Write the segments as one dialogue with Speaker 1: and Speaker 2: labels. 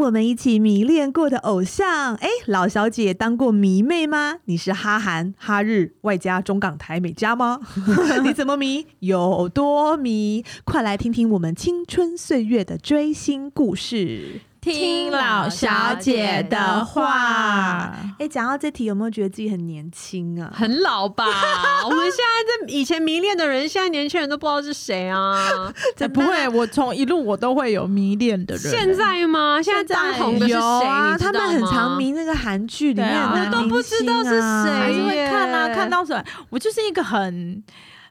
Speaker 1: 我们一起迷恋过的偶像。哎，老小姐当过迷妹吗？你是哈韩、哈日外加中港台美加吗？ 你怎么迷？有多迷？快来听听我们青春岁月的追星故事。
Speaker 2: 听老小姐的话，
Speaker 1: 哎，讲到这题，有没有觉得自己很年轻 啊？
Speaker 2: 很老吧？我们现在在以前迷恋的人，现在年轻人都不知道是谁啊？
Speaker 3: 哎不会，我从一路我都会有迷恋的人。
Speaker 2: 现在吗？现在当红的是谁？
Speaker 1: 有啊，
Speaker 2: 你知
Speaker 1: 他
Speaker 2: 道
Speaker 1: 们很
Speaker 2: 吗
Speaker 1: 常迷那个韩剧里面的
Speaker 3: 对啊
Speaker 1: 男
Speaker 3: 我
Speaker 2: 都不知
Speaker 1: 明星
Speaker 2: 道是
Speaker 1: 啊
Speaker 2: 谁
Speaker 3: 还是会看啊，
Speaker 2: 耶
Speaker 3: 看到什么？我就是一个很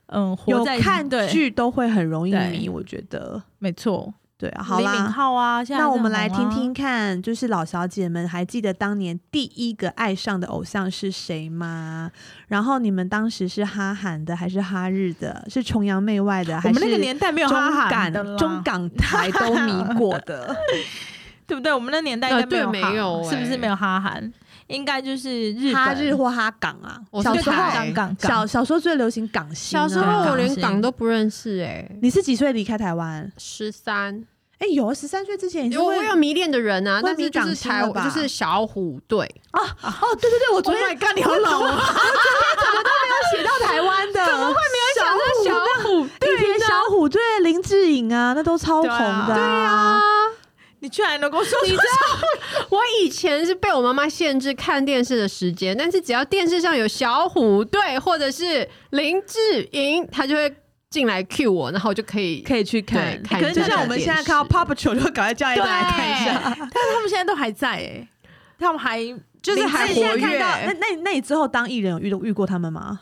Speaker 3: 嗯，活
Speaker 1: 有
Speaker 3: 在
Speaker 1: 看
Speaker 3: 对，
Speaker 1: 剧都会很容易
Speaker 3: 对
Speaker 1: 迷，我觉得。
Speaker 3: 没错。
Speaker 1: 对啊，好
Speaker 3: 李敏
Speaker 1: 啦，
Speaker 3: 镐啊，现在
Speaker 1: 那我
Speaker 3: 很
Speaker 1: 们来
Speaker 3: 红
Speaker 1: 听
Speaker 3: 啊
Speaker 1: 听看，就是老小姐们还记得当年第一个爱上的偶像是谁吗？然后你们当时是哈韩的还是哈日的？是崇洋媚外的
Speaker 3: 我
Speaker 1: 还是
Speaker 3: 们那个年代没有
Speaker 1: 中
Speaker 3: 哈韩的
Speaker 1: 港
Speaker 3: 啦
Speaker 1: 中港台都迷过的？
Speaker 3: 对不对？我们那年代应
Speaker 2: 呃
Speaker 3: 该没
Speaker 2: 对
Speaker 3: 有哈、
Speaker 2: 没有
Speaker 3: 是不是
Speaker 2: 欸
Speaker 3: 没有哈韩？应该就是日
Speaker 1: 哈
Speaker 3: 本
Speaker 1: 哎日或哈港啊？
Speaker 2: 我是
Speaker 1: 小
Speaker 3: 对
Speaker 1: 时候
Speaker 2: 台
Speaker 3: 港港港
Speaker 1: 小小时候最流行港星、啊，
Speaker 2: 小时候我连
Speaker 3: 港星
Speaker 2: 港都不认识哎、
Speaker 1: 你是几岁离开台湾？
Speaker 2: 十三，
Speaker 1: 哎、有十三岁之前你是
Speaker 2: 我
Speaker 1: 会
Speaker 2: 我有迷恋的人啊，
Speaker 1: 会
Speaker 2: 但
Speaker 1: 迷
Speaker 2: 是就
Speaker 1: 港
Speaker 2: 是
Speaker 1: 星
Speaker 2: 台
Speaker 1: 了吧
Speaker 2: 就是小虎队，
Speaker 1: 哦，对对对，我昨
Speaker 3: Oh
Speaker 1: 天
Speaker 3: my god！你好老啊！
Speaker 1: 写到台湾的，怎么会没
Speaker 2: 小虎
Speaker 1: 以前小虎队、林志颖啊，那都超红
Speaker 3: 对
Speaker 1: 的、
Speaker 3: 啊
Speaker 1: 对
Speaker 2: 啊。
Speaker 3: 你居然能够说
Speaker 2: 你知道，我以前是被我妈妈限制看电视的时间，但是只要电视上有小虎队或者是林志颖，她就会进来 cue 我，然后我就可以
Speaker 3: 以去
Speaker 2: 看对看
Speaker 3: 哎可能就
Speaker 2: 一下
Speaker 3: 像我们
Speaker 2: 电视
Speaker 3: 现在看到 p a p a c h o 就赶快叫你
Speaker 2: 对
Speaker 3: 来看一下， 但是他们现在都还在哎、
Speaker 2: 欸
Speaker 3: 他们还
Speaker 2: 就是
Speaker 1: 那
Speaker 2: 还
Speaker 1: 你
Speaker 2: 活
Speaker 1: 现在看到那
Speaker 3: 跃。
Speaker 1: 那那你之后当艺人有遇到遇过他们吗？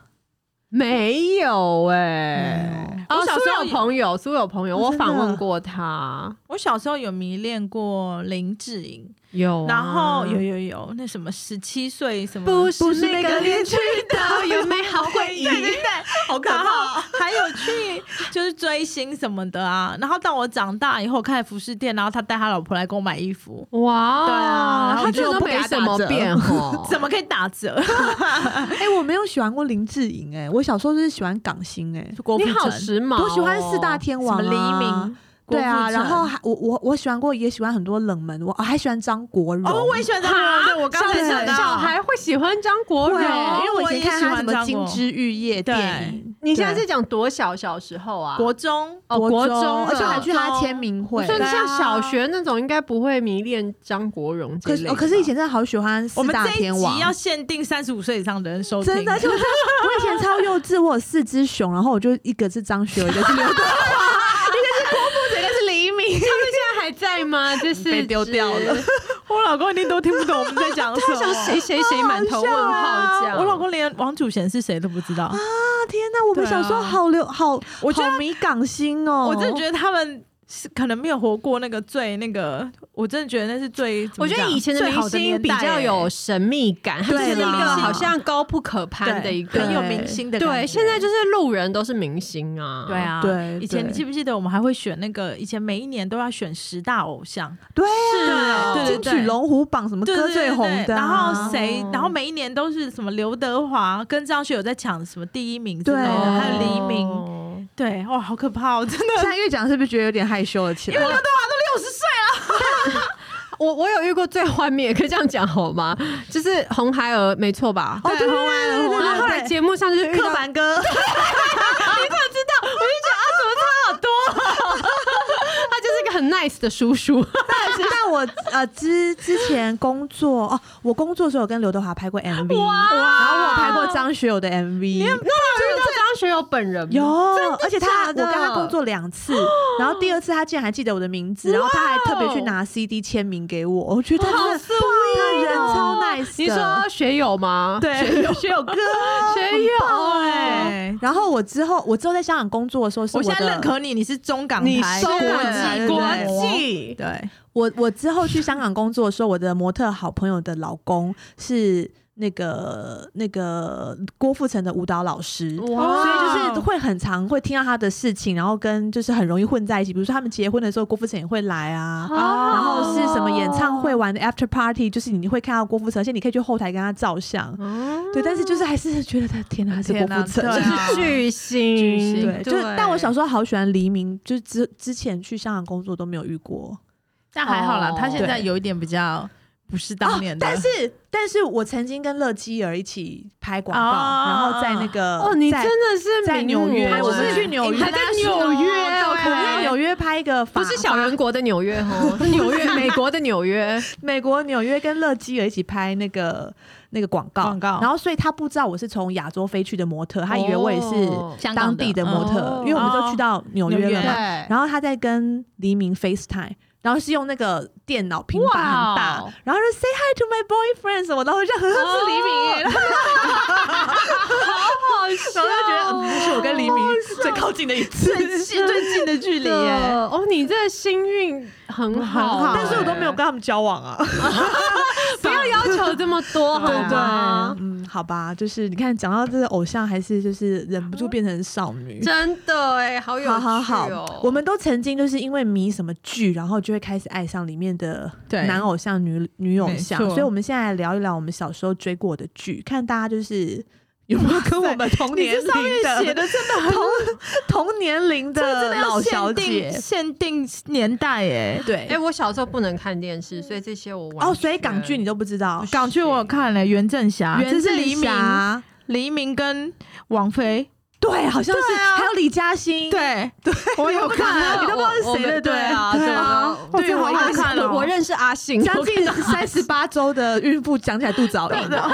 Speaker 2: 没有哎、
Speaker 1: 没
Speaker 3: 有
Speaker 2: 哦
Speaker 3: 我小时候
Speaker 2: 苏有朋友，苏有朋友，
Speaker 1: 哦
Speaker 2: 我
Speaker 1: 真的
Speaker 2: 访问过他，
Speaker 3: 我小时候有迷恋过林志颖，
Speaker 2: 有啊、
Speaker 3: 然后有有有那什么十七岁什么
Speaker 2: 不
Speaker 1: 不
Speaker 2: 是
Speaker 1: 是
Speaker 2: 那
Speaker 1: 那
Speaker 2: 个
Speaker 1: 个
Speaker 2: 恋去的，有美好回忆。
Speaker 1: 好可
Speaker 3: 然后！还有去就是追星什么的啊。然后到我长大以后开服饰店，然后他带他老婆来给我买衣服，
Speaker 2: 哇，哦
Speaker 3: 对啊然后
Speaker 2: 他
Speaker 3: 我就
Speaker 2: 真的
Speaker 3: 不给
Speaker 2: 没
Speaker 3: 他
Speaker 2: 什
Speaker 3: 打
Speaker 2: 么
Speaker 3: 折，
Speaker 2: 变 化
Speaker 3: 怎么可以打折？
Speaker 1: 哎、我没有喜欢过林志颖，哎，我小时候就是喜欢港星、哎，
Speaker 3: 郭
Speaker 2: 你
Speaker 3: 富
Speaker 2: 好
Speaker 3: 城、
Speaker 2: 时髦、哦，
Speaker 1: 我喜欢四大天王、啊，
Speaker 3: 什么黎明、郭
Speaker 1: 对
Speaker 3: 富
Speaker 1: 啊，
Speaker 3: 城
Speaker 1: 然后还我我我喜欢过，也喜欢很多冷门，我、哦、还喜欢张国荣。
Speaker 3: 哦，我也喜欢张国荣，
Speaker 2: 哈
Speaker 3: 对我刚才
Speaker 1: 小
Speaker 3: 想到
Speaker 2: 小孩会喜欢张国荣
Speaker 1: 对，，因
Speaker 3: 啊
Speaker 1: 为我以前看他什么《
Speaker 3: 我也喜欢张
Speaker 1: 金
Speaker 3: 国
Speaker 1: 枝玉叶》电影，
Speaker 2: 你现在是讲多小小时候啊？
Speaker 3: 国中
Speaker 2: 哦国中了，
Speaker 1: 而且我还去他签名
Speaker 2: 我
Speaker 1: 会。
Speaker 2: 说你
Speaker 3: 对啊
Speaker 2: 像小学那种应该不会迷恋张国荣这
Speaker 1: 可
Speaker 2: 类
Speaker 1: 是、
Speaker 2: 的
Speaker 1: 哦
Speaker 2: 吧，
Speaker 1: 可是以前真的好喜欢
Speaker 3: 我
Speaker 1: 四
Speaker 3: 们
Speaker 1: 大
Speaker 3: 这一
Speaker 1: 天王
Speaker 3: 集，要限定三十五岁以上的人收听，
Speaker 1: 真的，而且我真的我以前超幼稚，我有四只熊，然后我就一个是张学友，一个是刘德华，一个是郭富城，一个是黎明。
Speaker 2: 他们现在还在吗？就是
Speaker 3: 被丢掉了
Speaker 2: 指，
Speaker 3: 我老公一定都听不懂我们在 讲什
Speaker 2: 他想
Speaker 3: 么。
Speaker 2: 谁谁谁满头问号这样。
Speaker 3: 我老公连王祖贤是谁都不知道，
Speaker 1: 啊天哪，我们
Speaker 3: 对啊
Speaker 1: 小时候好流好，
Speaker 3: 我觉得
Speaker 1: 好迷港星哦，
Speaker 3: 我真的觉得他们是可能没有活过那个最那个，我真的觉得那是最。怎
Speaker 2: 我
Speaker 3: 么
Speaker 2: 觉得
Speaker 3: 讲
Speaker 2: 以前的
Speaker 3: 最
Speaker 2: 明
Speaker 3: 好
Speaker 2: 星
Speaker 3: 年
Speaker 2: 比
Speaker 3: 代
Speaker 2: 较
Speaker 3: 欸
Speaker 2: 有神秘感，他们就是一
Speaker 1: 对
Speaker 2: 个
Speaker 1: 啦
Speaker 2: 好像高不可攀的一
Speaker 3: 对很有
Speaker 2: 个。
Speaker 3: 明星的感觉。
Speaker 2: 对，现在就是路人都是明星啊。
Speaker 3: 对，啊，
Speaker 1: 对
Speaker 3: 以前
Speaker 1: 对
Speaker 3: 你记不记得我们还会选那个？以前每一年都要选十大偶像，
Speaker 1: 对
Speaker 3: 是
Speaker 1: 啊
Speaker 3: 啊，对对
Speaker 1: 金曲龙虎榜什么
Speaker 3: 对
Speaker 1: 歌
Speaker 3: 对
Speaker 1: 最
Speaker 3: 对
Speaker 1: 红
Speaker 3: 对
Speaker 1: 的
Speaker 3: 然
Speaker 1: 啊，
Speaker 3: 后谁？
Speaker 2: 哦
Speaker 3: 然后每一年都是什么刘德华跟张学友在抢什么第一名之类
Speaker 1: 对
Speaker 3: 的，
Speaker 1: 啊
Speaker 3: 还有黎明。
Speaker 2: 明。
Speaker 3: 对，哇，好可怕 哦！真的，
Speaker 1: 现在越讲是不是觉得有点害羞了起来？
Speaker 3: 六十岁
Speaker 2: 我我有遇过最幻灭，可以这样讲好吗？就是红孩儿，没错吧？
Speaker 1: 哦，对对对对对
Speaker 2: 然
Speaker 1: 对
Speaker 2: 后后来节目上就是遇
Speaker 1: 对，
Speaker 2: 到
Speaker 1: 刻板哥，
Speaker 2: 他就是一个很 nice 的叔叔，
Speaker 1: 但是但我呃之之前工作哦，我工作的时候有跟刘德华拍过 MV，然后我有拍过张学友的 MV，
Speaker 2: 那遇到张学友本人吗
Speaker 1: 有，而且他
Speaker 2: 假
Speaker 1: 我
Speaker 2: 嗯的
Speaker 1: 跟他工作两 次，然后第二次他竟然还记得我的名字，
Speaker 2: 哦
Speaker 1: 然后他还特别去拿 CD 签名给我，我觉得他真的他人超 nice 的。
Speaker 2: 哦你说学友吗？，
Speaker 3: 对，学友哥，
Speaker 2: 学友哎，
Speaker 3: 对，
Speaker 1: 然后我之后我之后在香港工作的时候是
Speaker 3: 我
Speaker 1: 的，
Speaker 3: 现在认可你，你是中港
Speaker 1: 你
Speaker 3: 台，
Speaker 1: 是
Speaker 3: 对
Speaker 1: 国际
Speaker 2: 啊
Speaker 3: 对对
Speaker 1: 国
Speaker 3: 对
Speaker 2: 际
Speaker 3: 对，
Speaker 1: 我我之后去香港工作的时候，我的模特好朋友的老公是那个那个郭富城的舞蹈老师。
Speaker 2: 哇
Speaker 1: 所以就是会很常会听到他的事情，然后跟就是很容易混在一起。比如说他们结婚的时候，郭富城也会来啊，
Speaker 2: 哦
Speaker 1: 然后是什么演唱会玩的 after party，就是你会看到郭富城，而且你可以去后台跟他照相。
Speaker 2: 嗯
Speaker 1: 对，但是就是还是觉得他天哪，他是郭
Speaker 3: 天
Speaker 1: 富
Speaker 3: 哪
Speaker 1: 城，
Speaker 3: 对啊
Speaker 2: 是巨星，
Speaker 3: 巨星
Speaker 1: 对，就是
Speaker 3: 对
Speaker 1: 但我小时候好喜欢黎明，就是之之前去香港工作都没有遇过。
Speaker 3: 但还好啦，
Speaker 2: 哦
Speaker 3: 他现在有一点比较不是当年的，
Speaker 1: 哦但是但是我曾经跟乐基儿一起拍广告，
Speaker 3: 哦
Speaker 1: 然后在那个
Speaker 2: 哦，你
Speaker 1: 在
Speaker 2: 真的是
Speaker 1: 在
Speaker 2: 名哦
Speaker 1: 纽约
Speaker 2: 模
Speaker 1: 他
Speaker 3: 我
Speaker 1: 只
Speaker 3: 们
Speaker 1: 是去纽约
Speaker 2: 还在纽约，
Speaker 3: international，
Speaker 1: 我在
Speaker 2: 对
Speaker 1: 纽约拍一个法
Speaker 2: 不是小人国的纽约 哦，是纽约，美国的纽约。
Speaker 1: 美国纽约跟乐基儿一起拍那个那个广告，
Speaker 3: 广告
Speaker 1: 然后所以他不知道我是从亚洲飞去的模特，他以为我也是
Speaker 2: 哦
Speaker 4: 香港
Speaker 1: 当
Speaker 4: 的
Speaker 1: 地的模特，
Speaker 2: 哦
Speaker 1: 因为我们都去到纽约 了
Speaker 3: 纽
Speaker 1: 嘛。
Speaker 3: 约
Speaker 4: 对，
Speaker 1: 然后他在跟黎明 FaceTime，然后是用那个电脑平板很大
Speaker 4: 哇哦
Speaker 1: 然后说 Say hi to my boyfriend 什么的，我就想呵
Speaker 2: 哦
Speaker 1: 呵是黎明 耶，
Speaker 2: 好笑哦
Speaker 1: 然后就觉得嗯这是我跟黎明最靠近的一次，
Speaker 3: 是最近的距离耶。
Speaker 2: 的哦，你这幸运很好
Speaker 3: 很好
Speaker 2: 欸，
Speaker 1: 但是我都没有跟他们交往啊。
Speaker 2: 不要要求这么多，好
Speaker 1: 对啊
Speaker 3: 对
Speaker 2: 吗？
Speaker 1: 嗯，好吧，就是你看讲到这个偶像，还是就是忍不住变成少女。
Speaker 2: 真的哎，好有趣
Speaker 1: 好
Speaker 2: 哦！
Speaker 1: 好好，我们都曾经就是因为迷什么剧，然后就会开始爱上里面的
Speaker 3: 对
Speaker 1: 男偶像、女女偶像
Speaker 3: 没，错
Speaker 1: 所以我们现在来聊一聊我们小时候追过的剧，看大家就是有没有跟我们同
Speaker 3: 你
Speaker 1: 年
Speaker 3: 这上
Speaker 1: 龄
Speaker 3: 面写
Speaker 1: 的、
Speaker 3: 的真的很
Speaker 1: 同同年龄
Speaker 3: 真的
Speaker 1: 的
Speaker 3: 要
Speaker 1: 老
Speaker 3: 限
Speaker 1: 小
Speaker 3: 定
Speaker 1: 姐，
Speaker 3: 限定年代耶。
Speaker 1: 对
Speaker 2: 哎，，我小时候不能看电视，所以这些我完
Speaker 1: 哦，所以港剧
Speaker 2: 全
Speaker 1: 你都不知道
Speaker 2: 不，
Speaker 3: 港剧我有看嘞，袁振霞，
Speaker 1: 袁
Speaker 3: 啊这是
Speaker 1: 振
Speaker 3: 黎明，
Speaker 1: 霞
Speaker 3: 黎明跟王菲，
Speaker 1: 对，好像是，
Speaker 3: 对啊
Speaker 1: 还有李嘉欣，
Speaker 3: 对对，我有看，
Speaker 1: 你都不知道是
Speaker 2: 我
Speaker 1: 谁
Speaker 2: 我
Speaker 1: 的，
Speaker 2: 们对啊
Speaker 1: 对
Speaker 2: 对
Speaker 1: 啊
Speaker 2: 啊，
Speaker 3: 哦
Speaker 1: 对
Speaker 3: 这好
Speaker 1: 我
Speaker 3: 好
Speaker 1: 也是
Speaker 3: 看哦
Speaker 2: 我我认识阿信，
Speaker 1: 将
Speaker 2: 我
Speaker 1: 近三十八周的孕妇讲起来肚子好硬。哦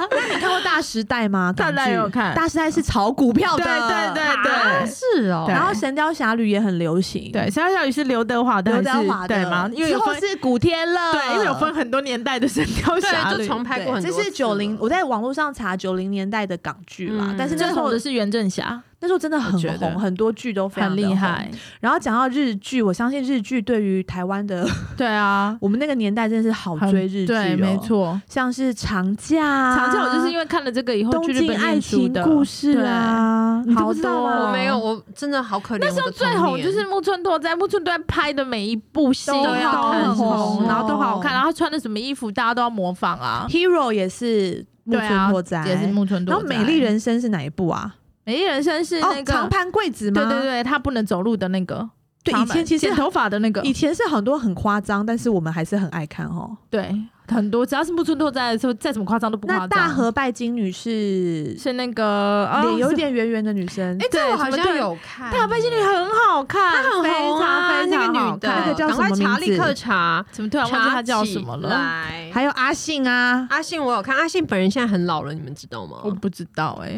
Speaker 1: 那你看过《大时代》吗？
Speaker 3: 大时代
Speaker 1: 港剧
Speaker 3: 有看
Speaker 1: 大时代》是炒股票的，
Speaker 3: 对对对对
Speaker 1: 啊
Speaker 2: 啊是哦，
Speaker 3: 对
Speaker 1: 然后《神雕侠侣》也很流行，
Speaker 3: 对，小小雨是刘德华的，
Speaker 1: 刘德华的
Speaker 3: 对吗？因为
Speaker 1: 之
Speaker 3: 有
Speaker 1: 后
Speaker 3: 分
Speaker 1: 是古天乐，
Speaker 3: 对，因为有分很多年代的《神雕侠
Speaker 2: 对，
Speaker 3: 侣
Speaker 2: 就》，重拍
Speaker 1: 对。
Speaker 2: 过很
Speaker 1: 这
Speaker 2: 多次了。
Speaker 1: 是九零，我在网络上查九零年代的港剧啦
Speaker 2: 嗯，
Speaker 1: 但是那
Speaker 3: 最
Speaker 1: 时候
Speaker 3: 红的是袁振霞，
Speaker 1: 那时候真的很
Speaker 3: 我觉得
Speaker 1: 红，很多剧都非常
Speaker 3: 很
Speaker 1: 的
Speaker 3: 厉
Speaker 1: 红
Speaker 3: 害。。
Speaker 1: 然后讲到日剧，我相信日剧对于台湾的
Speaker 3: 对啊，
Speaker 1: 我们那个年代真的是好
Speaker 3: 很
Speaker 1: 追日剧，哦
Speaker 3: 对，没，错。
Speaker 1: 像是长假啊，
Speaker 3: 常见我就是因为看了这个以后
Speaker 1: 东
Speaker 3: 哦去日
Speaker 1: 京
Speaker 3: 本
Speaker 1: 爱
Speaker 3: 念书
Speaker 1: 情
Speaker 3: 的
Speaker 1: 故事啊，
Speaker 3: 对
Speaker 1: 你都
Speaker 3: 好
Speaker 1: 不知道
Speaker 3: 多
Speaker 1: 吗
Speaker 3: 哦
Speaker 2: 我没有，我真的好可怜。
Speaker 3: 那时候
Speaker 2: 我的童
Speaker 3: 最红
Speaker 2: 年
Speaker 3: 就是木村拓哉，木村拓哉拍的每一部戏
Speaker 1: 都
Speaker 2: 要看
Speaker 3: 很
Speaker 2: 是不
Speaker 3: 红，
Speaker 2: 是
Speaker 3: 然后都好好看，然后穿的什么衣服大家都要模仿啊。
Speaker 1: Hero 也是木
Speaker 3: 对啊
Speaker 1: 村拓哉，
Speaker 3: 也是木村拓
Speaker 1: 哎然
Speaker 3: 哉。
Speaker 1: 后美丽，人生是哪一部啊？
Speaker 3: 美丽人生是那
Speaker 1: 哦，
Speaker 3: 个
Speaker 1: 长盘贵子吗？
Speaker 3: 对对对，他不能走路的那个，
Speaker 1: 对
Speaker 3: 长
Speaker 1: 以前
Speaker 3: 盘
Speaker 1: 其实
Speaker 3: 剪头发的那个
Speaker 1: 以，前是很多很夸张，但是我们还是很爱看哦。
Speaker 3: 对，很多只要是木村拓哉的时候，再怎么夸张都不
Speaker 1: 那
Speaker 3: 夸张。
Speaker 1: 大和拜金女是
Speaker 3: 是那个啊，
Speaker 1: 脸有点圆圆的女生
Speaker 2: 哎，，这
Speaker 3: 对
Speaker 2: 我好
Speaker 3: 什么对
Speaker 2: 像有看。
Speaker 3: 大和拜金女嗯很好看，
Speaker 2: 她很红啊，
Speaker 3: 非
Speaker 2: 那
Speaker 3: 常非
Speaker 2: 个
Speaker 3: 常
Speaker 2: 女
Speaker 3: 好
Speaker 2: 的，
Speaker 3: 看
Speaker 1: 那个叫什么
Speaker 2: 赶快查
Speaker 1: 名字
Speaker 2: 立刻查，
Speaker 3: 怎么突然忘记
Speaker 2: 查
Speaker 3: 她叫什么
Speaker 2: 起
Speaker 3: 了？
Speaker 2: 来，
Speaker 1: 还有阿信啊，
Speaker 2: 阿信我有看，阿信本人现在很老了，你们知道吗？
Speaker 3: 我不知道哎，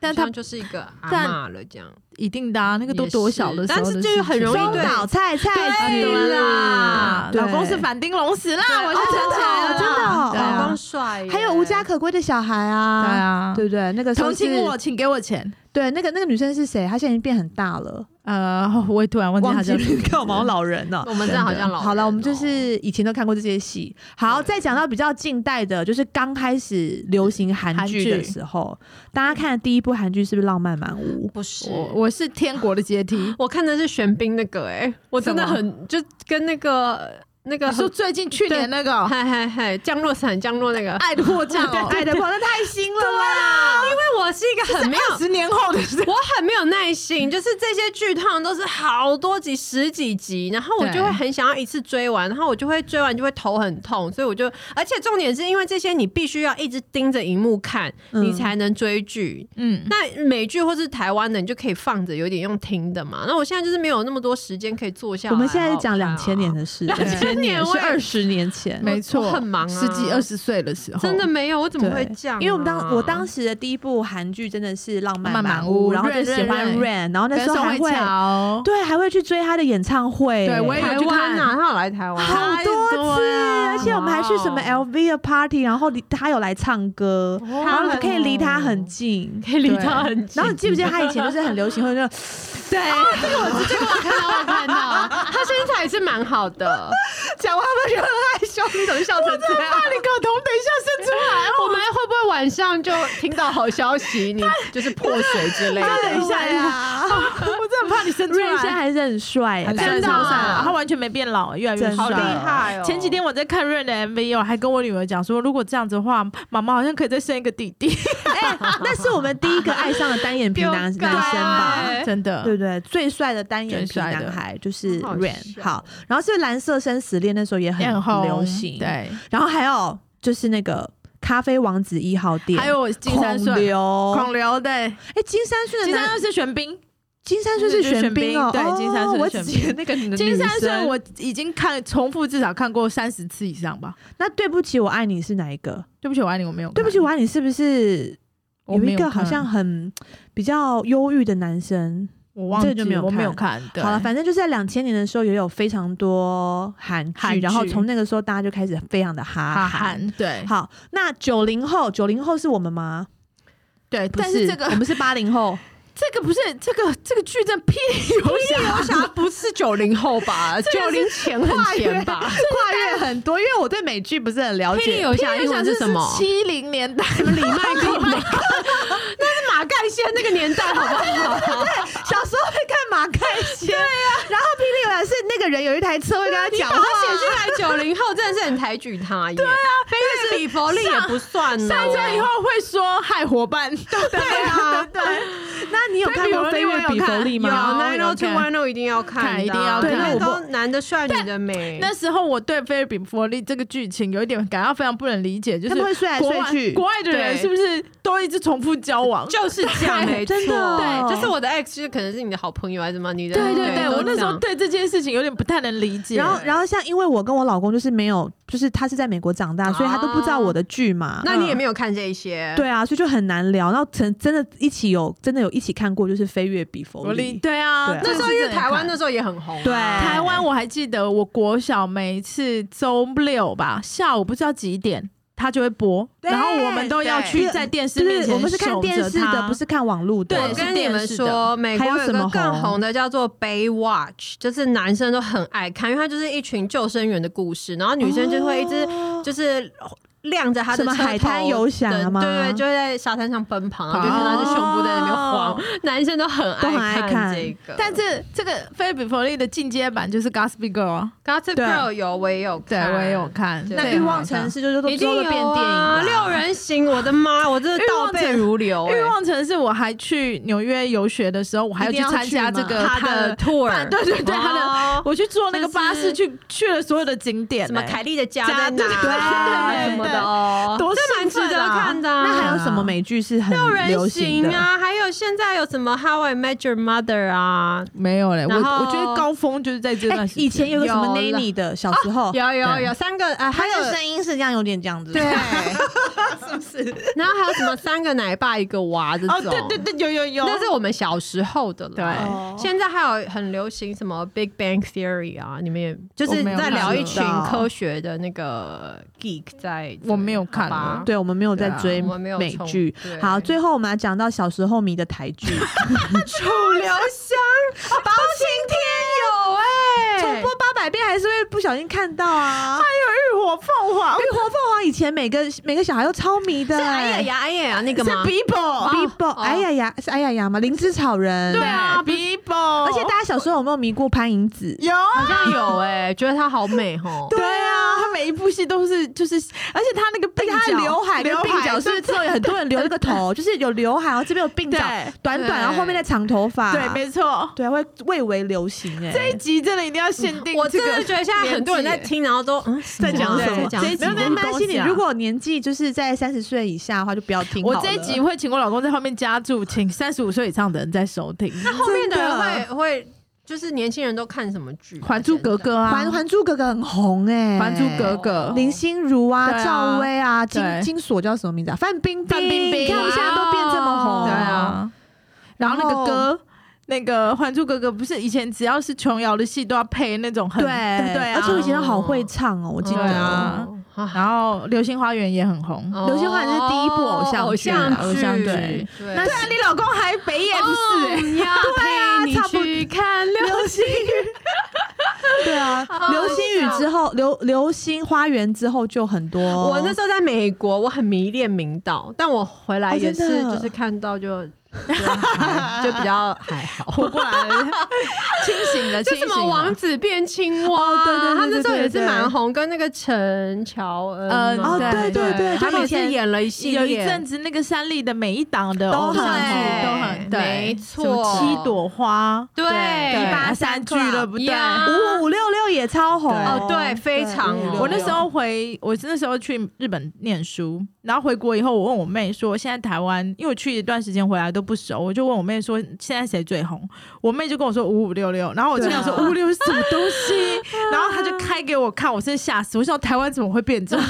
Speaker 3: 但
Speaker 2: 但
Speaker 3: 她
Speaker 2: 他就是一个阿
Speaker 3: 但
Speaker 2: 嬷了，这样
Speaker 3: 一定的啊，那个都
Speaker 2: 也
Speaker 3: 多
Speaker 2: 是
Speaker 3: 小的时候的
Speaker 2: 但是
Speaker 3: 事情，
Speaker 2: 就是很容易
Speaker 1: 中
Speaker 2: 对
Speaker 1: 岛菜菜
Speaker 3: 对
Speaker 1: 子
Speaker 3: 啦，
Speaker 1: 对
Speaker 3: 老公是反町隆史啦，我
Speaker 1: 哦
Speaker 3: 是
Speaker 1: 真
Speaker 3: 真
Speaker 1: 的
Speaker 3: 的
Speaker 1: 哦真的哦
Speaker 3: 对啊
Speaker 2: 老公帅耶，
Speaker 1: 还有无家可归的小孩啊，
Speaker 3: 对啊，
Speaker 1: 对不对？那个时候
Speaker 3: 同情
Speaker 1: 是
Speaker 3: 我，请给我钱。
Speaker 1: 对，那个那个女生是谁？她现在已经变很大了，
Speaker 3: 呃，我也突然忘记他叫什么名字，
Speaker 1: 老人了。
Speaker 2: 我们真的好像老人哦。
Speaker 1: 好了，我们就是以前都看过这些戏。好，
Speaker 2: 对
Speaker 1: 再讲到比较近代的，就是刚开始流行韩剧的时候，大家看的第一部韩剧是不是《浪漫满屋》？
Speaker 2: 不是。
Speaker 3: 我我是天国的阶 梯
Speaker 2: 我看的是玄彬那个，哎，我真的
Speaker 3: 什么
Speaker 2: 很就跟那个那个
Speaker 3: 你说最近去年那个《
Speaker 2: 嗨嗨嗨，降落伞降落那个，
Speaker 3: 爱的迫降》 哦，
Speaker 1: 爱的狂那太新了啦！
Speaker 2: 因为我是啊一个很没有。
Speaker 3: 十年后的事。
Speaker 2: 我很没有耐心，就是这些剧通常都是好多集、十几集，然后我
Speaker 3: 对
Speaker 2: 就会很想要一次追完，然后我就会追完就会头很痛，所以我就，而且重点是因为这些你必须要一直盯着荧幕看，
Speaker 1: 嗯
Speaker 2: 你才能追剧。
Speaker 3: 嗯，
Speaker 2: 那美剧或是台湾的，你就可以放着，有点用听的嘛。那我现在就是没有那么多时间可以坐下来。
Speaker 1: 我们现在是讲
Speaker 2: 好好
Speaker 1: 两
Speaker 2: 看
Speaker 1: 千年，的事，
Speaker 2: 2000年
Speaker 1: 是
Speaker 2: 我也
Speaker 1: 二十年前。
Speaker 3: 没错，
Speaker 2: 我很忙啊
Speaker 3: 十几二十岁的时候，
Speaker 2: 真的没有，我怎么会这样啊、
Speaker 1: 因为我们当我当时的第一部韩剧真的是《浪漫
Speaker 3: 浪漫
Speaker 1: 满
Speaker 3: 满
Speaker 1: 屋》，
Speaker 3: 屋
Speaker 1: 然后就
Speaker 3: 润
Speaker 1: 喜欢
Speaker 3: 润
Speaker 1: Rain，然后那
Speaker 3: 跟
Speaker 1: 时候
Speaker 3: 宋
Speaker 1: 还
Speaker 3: 慧
Speaker 1: 会
Speaker 3: 乔，
Speaker 1: 对还会去追他的演唱会。
Speaker 3: 对我也有
Speaker 2: 台
Speaker 3: 去
Speaker 2: 湾
Speaker 3: 看
Speaker 2: 啊，他有来
Speaker 3: 哦
Speaker 2: 台湾，
Speaker 1: 好多次，
Speaker 3: 呀
Speaker 1: 而且我们还去什么
Speaker 2: 哇
Speaker 1: LV 的 party，然后离他有来唱歌，
Speaker 2: 哦
Speaker 1: 然后你可以离他很近。
Speaker 2: 可以离他很近
Speaker 1: 然后你记不记得他以前就是很流行会那种，
Speaker 3: 对，
Speaker 2: 这个我看到，我看到，他身材是蛮好的，
Speaker 1: 讲话不是很害羞？
Speaker 2: 笑，你怎么笑成这样？
Speaker 3: 你狗头等一下伸出来
Speaker 2: 我们会不会晚上就听到好消息？你就是破水之类
Speaker 3: 他
Speaker 2: 的
Speaker 3: 等一。下哎
Speaker 1: 呀，
Speaker 3: 哦，我真的很怕你伸出
Speaker 1: 瑞现在
Speaker 3: 来。
Speaker 1: 还是很帅，
Speaker 3: 很
Speaker 2: 帅
Speaker 1: 看得
Speaker 3: 真的
Speaker 1: 出
Speaker 2: 超帅
Speaker 1: 来
Speaker 3: 啊，
Speaker 2: 啊
Speaker 3: 他完全没变老，越来越
Speaker 1: 真的
Speaker 2: 好
Speaker 3: 帅
Speaker 2: 厉害哦！
Speaker 3: 前几天我在看瑞恩的 MV，我还跟我女儿讲说，如果这样子的话，妈妈好像可以再生一个弟 弟，
Speaker 1: 哎，那是我们第一个爱上的单眼皮 男
Speaker 2: 丢
Speaker 1: 男生吧？
Speaker 2: 哎
Speaker 3: 真的
Speaker 1: 对不对？最帅的单眼皮
Speaker 3: 最帅的
Speaker 1: 男孩就是
Speaker 2: 好
Speaker 1: Rain，
Speaker 2: 笑
Speaker 1: 好，然后是蓝色生死恋那时候也
Speaker 3: 也很
Speaker 1: 很
Speaker 3: 红
Speaker 1: 流行，，
Speaker 3: 对，
Speaker 1: 然后还有就是那个咖啡王子一号店，
Speaker 3: 还有金三
Speaker 1: 孔
Speaker 3: 顺，
Speaker 1: 刘，
Speaker 3: 孔刘对，
Speaker 1: 哎，金三顺
Speaker 3: 金
Speaker 1: 的
Speaker 3: 三
Speaker 1: 男
Speaker 3: 顺是玄彬，
Speaker 1: 金三顺是
Speaker 3: 就是
Speaker 1: 玄
Speaker 3: 玄
Speaker 1: 彬
Speaker 3: 彬
Speaker 1: 哦，
Speaker 3: 对
Speaker 1: 哦
Speaker 3: 金三顺是
Speaker 1: 我只
Speaker 3: 玄彬
Speaker 1: 记得那个女
Speaker 3: 金三
Speaker 1: 生
Speaker 3: 顺我已经看重复至少看过三十次以上吧。
Speaker 1: 那对不起，我爱你是哪一个？
Speaker 3: 对不起，我爱你，我没有看。
Speaker 1: 对不起，我爱你是不是
Speaker 3: 我
Speaker 1: 有一
Speaker 3: 没有看，
Speaker 1: 个好像很比较忧郁的男生？
Speaker 3: 我忘记
Speaker 1: 这个就没有
Speaker 3: 我没有
Speaker 1: 看
Speaker 3: 看。对
Speaker 1: 好了，反正就是在两千年的时候也有非常多韩
Speaker 3: 韩
Speaker 1: 剧，
Speaker 3: 剧
Speaker 1: 然后从那个时候大家就开始非常的哈
Speaker 3: 哈
Speaker 1: 韩。
Speaker 3: 韩对
Speaker 1: 好，那九零后，九零后是我们吗？
Speaker 3: 对，
Speaker 1: 不
Speaker 3: 但是这个
Speaker 1: 我们是八零 后，
Speaker 3: 这个不是这个这个矩阵屁游侠，
Speaker 2: 他不是九零后 吧？九零前很前 吧？
Speaker 1: 跨越很多，因为我对美剧不是很了
Speaker 2: 霹雳
Speaker 1: 解。
Speaker 2: 游侠英文是什么？
Speaker 3: 七零年代
Speaker 2: 什么李麦克？那是马盖先那个年代，好不好？
Speaker 1: 小时候会看马盖先，对
Speaker 3: 啊
Speaker 1: 呀、然后霹雳游侠是那个人有一台车会跟他讲
Speaker 2: 把
Speaker 1: 话
Speaker 2: 他，写进来，九零后真的是很抬举他耶。对啊，飞跃是李佛利也不算哦 呢。
Speaker 3: 上车以后会说害伙伴，对啊，对，
Speaker 1: 那你有看过《飞跃比佛利》
Speaker 2: 有
Speaker 1: 吗？
Speaker 2: Nine O Two
Speaker 3: 有看
Speaker 2: One O 一定要看的，
Speaker 3: 看一定要
Speaker 2: 对，
Speaker 1: 看
Speaker 2: 那都男的帅，女的美。
Speaker 3: 那时候我对菲尔比佛利这个剧情有一点感到非常不能理解，就
Speaker 1: 他们会
Speaker 3: 是
Speaker 1: 睡来
Speaker 3: 国
Speaker 1: 睡
Speaker 3: 外
Speaker 1: 去，
Speaker 3: 国外的人
Speaker 2: 对
Speaker 3: 是不是都一直重复交往？
Speaker 2: 就是这样，
Speaker 1: 对
Speaker 2: 没错
Speaker 1: 真的
Speaker 2: 对，就是我的 X 就是可能是你的好朋友还是什么，你的
Speaker 3: 对对对，
Speaker 2: 都
Speaker 3: 我那时
Speaker 2: 这
Speaker 3: 候
Speaker 2: 样
Speaker 3: 对这件事情有点不太能理解。
Speaker 1: 然后，然后像因为我跟我老公就是没有，就是他是在美国长大，所以他都不知道我的剧嘛。
Speaker 2: 啊那你也
Speaker 1: 嗯
Speaker 2: 没有看这一些，
Speaker 1: 对啊，所以就很难聊。然后真真的一起有真的有一起看过，就是《飞跃比佛
Speaker 3: 我理
Speaker 1: 利》。
Speaker 3: 对啊
Speaker 1: 对啊，
Speaker 2: 那时候因为台湾
Speaker 3: 的。
Speaker 2: 那时候也很红啊，
Speaker 1: 对
Speaker 3: 台湾我还记得，我国小每一次周六吧下午不知道几点，它就会播，
Speaker 1: 对
Speaker 3: 然后我们都要去
Speaker 1: 对
Speaker 3: 在电视
Speaker 1: 就
Speaker 3: 面
Speaker 1: 是
Speaker 3: 前
Speaker 1: 我们是看
Speaker 3: 守着
Speaker 1: 电视的，
Speaker 3: 它
Speaker 1: 不是看网络的。
Speaker 3: 对
Speaker 2: 我
Speaker 3: 是
Speaker 2: 跟你
Speaker 3: 电
Speaker 2: 们
Speaker 3: 视的
Speaker 2: 说，美国
Speaker 1: 还有
Speaker 2: 有
Speaker 1: 什
Speaker 2: 一
Speaker 1: 么
Speaker 2: 个更
Speaker 1: 红
Speaker 2: 红的叫做《Baywatch》，就是男生都很爱看，因为它就是一群救生员的故事，然后女生就会一直
Speaker 1: 哦
Speaker 2: 就是亮着她
Speaker 1: 什
Speaker 2: 的
Speaker 1: 么
Speaker 2: 车头
Speaker 1: 海滩游侠
Speaker 2: 的
Speaker 1: 吗
Speaker 2: 对对，就会在沙滩上奔跑，然后就看到是胸部在那边晃
Speaker 3: 哦，
Speaker 2: 男生都很
Speaker 1: 都很爱
Speaker 2: 爱
Speaker 1: 看
Speaker 2: 这个。
Speaker 3: 但这这个菲比佛利的进阶版就是 Gossip Girl 啊，
Speaker 2: Gossip
Speaker 1: 对
Speaker 2: Girl 有我也有
Speaker 3: 对
Speaker 2: 看，
Speaker 3: 我也有。看。
Speaker 2: 对
Speaker 1: 那
Speaker 3: 对
Speaker 1: 啊欲望城市就是都
Speaker 2: 一
Speaker 1: 之
Speaker 2: 定
Speaker 1: 后都
Speaker 2: 有
Speaker 1: 变电影
Speaker 2: 啊！
Speaker 1: 了。
Speaker 2: 六人行，我的妈，我真的
Speaker 3: 欲
Speaker 2: 倒
Speaker 3: 望
Speaker 2: 背
Speaker 3: 城
Speaker 2: 如流、
Speaker 3: 好
Speaker 2: 欸。
Speaker 3: 看欲望城市，我还去纽约游学的时候，我还要去参加这个
Speaker 2: 他的
Speaker 3: 的，
Speaker 2: tour，
Speaker 3: 办对对对他的
Speaker 2: 哦
Speaker 3: 我去坐那个
Speaker 2: 就是
Speaker 3: 巴士去去了所有的景点，
Speaker 2: 什么
Speaker 3: 欸
Speaker 2: 凯莉的家
Speaker 3: 家
Speaker 2: 在哪
Speaker 3: 对对
Speaker 2: 啊
Speaker 1: 对
Speaker 2: 什么
Speaker 1: 对
Speaker 2: 的哦，
Speaker 3: 多
Speaker 2: 这蛮值
Speaker 3: 兴奋
Speaker 2: 得
Speaker 3: 啊
Speaker 2: 看的啊。
Speaker 1: 那还有什么美剧是很
Speaker 2: 六
Speaker 1: 流
Speaker 2: 人
Speaker 1: 行
Speaker 2: 行
Speaker 1: 的？
Speaker 2: 啊，还有现在有什么 How I Met Your Mother 啊，
Speaker 3: 没有嘞，我
Speaker 2: 然后
Speaker 3: 我觉得高峰就是在这
Speaker 1: 哎、
Speaker 3: 段时 间。
Speaker 1: 以前有个什么
Speaker 2: 有了
Speaker 1: Nanny 的，小时候、
Speaker 2: 有有
Speaker 3: 对
Speaker 2: 有三个啊，还
Speaker 1: 他
Speaker 2: 有
Speaker 1: 的声音是这样，有点这样子。
Speaker 2: 对，啊然后还有什么三个奶爸一个娃这种，
Speaker 3: 哦，对对对，有有有，
Speaker 2: 那是我们小时候的了。
Speaker 1: 对
Speaker 2: 现在还有很流行什么 Big Bang Theory 啊，你们也就是
Speaker 3: 我没有
Speaker 2: 在聊一群
Speaker 1: 看到
Speaker 2: 科学的那个 geek 在，
Speaker 3: 我没有看
Speaker 2: 好吧
Speaker 1: 对，我们没有在
Speaker 3: 对啊
Speaker 1: 追
Speaker 2: 我们没有
Speaker 1: 美
Speaker 2: 冲
Speaker 1: 剧。
Speaker 2: 对
Speaker 1: 好，最后我们来讲到小时候迷的台剧，
Speaker 2: 楚留香， 包青天有哎、
Speaker 1: 重播八百遍还是会不小心看到啊。哎
Speaker 3: 浴火凤凰，
Speaker 1: 玉皇凤凰以前每个每个小孩都超迷的、
Speaker 2: 是哎呀
Speaker 1: 哎
Speaker 2: 呀哎呀呀那个
Speaker 3: 是
Speaker 2: 吗？
Speaker 3: Bibo，
Speaker 1: ，Bibo，、
Speaker 2: 哦
Speaker 1: 哎呀呀，是哎呀呀吗？灵芝草人，
Speaker 2: 对啊
Speaker 3: ，Bibo，
Speaker 1: 而且大家小时候有没有迷过潘迎紫？
Speaker 3: 有啊
Speaker 2: 好像有哎、觉得她好美 哦。
Speaker 3: 对啊，他每一部戏都是就是，而且他那个鬓
Speaker 1: 而且他
Speaker 3: 角
Speaker 1: 的刘海跟
Speaker 3: 刘
Speaker 1: 鬓角是不是之后有很多人留那个头，就是有刘海，然后这边有鬓角
Speaker 3: 对
Speaker 1: 短短，
Speaker 2: 对
Speaker 1: 然后后面再长头发，
Speaker 3: 对，没错，
Speaker 1: 对，啊会蔚为流行哎、
Speaker 3: 这一集真的一定要限定
Speaker 2: 我
Speaker 3: 这
Speaker 2: 真
Speaker 3: 个
Speaker 2: 的觉得现在很多人在听，然后都嗯
Speaker 3: 在
Speaker 1: 讲
Speaker 2: 什
Speaker 1: 什
Speaker 2: 么
Speaker 1: 么
Speaker 2: 讲
Speaker 3: 这一集
Speaker 1: 没有
Speaker 2: 什
Speaker 1: 没
Speaker 2: 么
Speaker 1: 有关系，
Speaker 3: 东
Speaker 1: 你
Speaker 3: 西啊
Speaker 1: 如果年纪就是在三十岁以下的话，就不要听好
Speaker 3: 我
Speaker 1: 了。
Speaker 3: 这一集会请我老公在后面加注，请三十五岁以上的人在收听。
Speaker 2: 那后面的人
Speaker 1: 真
Speaker 2: 会会就是年轻人都看什么剧啊？
Speaker 3: 《还珠格格》啊，
Speaker 1: 还《还珠格格》很红哎、
Speaker 3: 《还珠格格》
Speaker 1: 林心如啊、
Speaker 3: 对啊
Speaker 1: 赵薇啊、金
Speaker 3: 对
Speaker 1: 金锁叫什么名字啊？范冰冰，
Speaker 3: 范冰冰
Speaker 1: 你
Speaker 3: 啊
Speaker 1: 看我们现在都变这么红，
Speaker 2: 哦
Speaker 3: 对啊，然后那个歌。那个《还珠格格》不是以前只要是琼瑶的戏都要配那种很
Speaker 1: 对
Speaker 3: 对啊，
Speaker 1: 而且我以前都好会唱哦，我记得。
Speaker 3: 对啊
Speaker 2: 哦
Speaker 3: 然后《流星花园》也很红，
Speaker 2: 哦
Speaker 1: 流星花园是第一部偶像
Speaker 2: 偶
Speaker 1: 剧
Speaker 2: 像
Speaker 1: 啊
Speaker 3: 偶像剧
Speaker 2: 对，哦
Speaker 3: 那
Speaker 2: 是
Speaker 3: 啊你老公还北野不是、欸？
Speaker 2: 对
Speaker 1: 啊
Speaker 2: 啊，
Speaker 1: 差不
Speaker 2: 去看流
Speaker 1: 流星雨，对啊，
Speaker 3: 哦
Speaker 1: 流星雨之后，流流星花园之后就很多。
Speaker 2: 我那时候在美国，我很迷恋明道，但我回来
Speaker 1: 哦
Speaker 2: 也
Speaker 1: 真
Speaker 2: 是
Speaker 1: 的
Speaker 2: 就是看到就。就还就比较还好，
Speaker 3: 活过来了，清醒了，
Speaker 2: 就
Speaker 3: 清
Speaker 2: 什
Speaker 3: 醒
Speaker 2: 么
Speaker 3: 了。
Speaker 2: 王子变青蛙啊，
Speaker 1: 哦对对对
Speaker 2: 他那时候
Speaker 1: 对对
Speaker 2: 也是
Speaker 1: 对
Speaker 2: 蛮红，跟那个陈乔恩
Speaker 3: 嗯
Speaker 2: 嘛，
Speaker 1: 哦，对
Speaker 3: 对
Speaker 1: 对
Speaker 3: 对
Speaker 1: 对，
Speaker 2: 他
Speaker 1: 就
Speaker 2: 们
Speaker 1: 以
Speaker 2: 也是
Speaker 1: 前
Speaker 2: 演了一系列，
Speaker 3: 有一阵子那个山里的每一档的
Speaker 1: 都很
Speaker 3: 偶像剧
Speaker 1: 红
Speaker 3: 都很对，
Speaker 2: 没错
Speaker 3: 什么七朵花，
Speaker 2: 对
Speaker 3: 对
Speaker 2: 一八
Speaker 3: 三
Speaker 2: 俱
Speaker 3: 俱
Speaker 2: 乐
Speaker 3: 乐
Speaker 2: 部
Speaker 3: 部
Speaker 2: 对
Speaker 3: 对
Speaker 1: 五五六六也超红。
Speaker 2: 哦对非常
Speaker 1: 对
Speaker 2: 哦
Speaker 3: 我那时候回，我那时候去日本念书，然后回国以后，我问我妹说，现在台湾，因为我去一段时间回来都不熟，我就问我妹说，现在谁最红？我妹就跟我说五五六六，然后我就想说
Speaker 1: 对啊
Speaker 3: 五五六是什么东西？然后她就开给我看，我真的吓死，我想台湾怎么会变这样？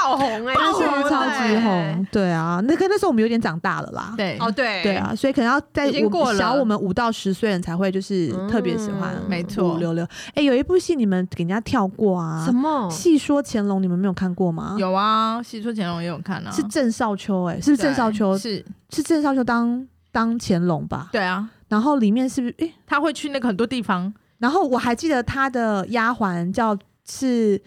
Speaker 2: 爆红哎，
Speaker 1: 欸那时
Speaker 2: 爆
Speaker 1: 候
Speaker 2: 红
Speaker 1: 超级
Speaker 2: 对
Speaker 1: 红，对啊，那个那时候我们有点长大了啦。
Speaker 3: 对
Speaker 2: 哦，对
Speaker 1: 对，啊，所以可能要在
Speaker 2: 已经
Speaker 1: 我
Speaker 2: 过
Speaker 1: 们
Speaker 2: 了
Speaker 1: 小我们五到十岁人才会就是特别喜欢
Speaker 2: 嗯
Speaker 1: 五，
Speaker 3: 没错
Speaker 1: 五六六。哎，有一部戏你们给人家跳过啊？
Speaker 2: 什么
Speaker 1: 《戏说乾隆》？你们没有看过吗？
Speaker 3: 有啊，《喜出乾隆》也有看啊，
Speaker 1: 是郑少秋哎，是不是郑少秋？
Speaker 3: 是，
Speaker 1: 是郑少秋当当乾隆吧？
Speaker 3: 对啊，
Speaker 1: 然后里面是不是？哎，
Speaker 3: 她会去那个很多地方，
Speaker 1: 然后我还记得他的丫鬟叫是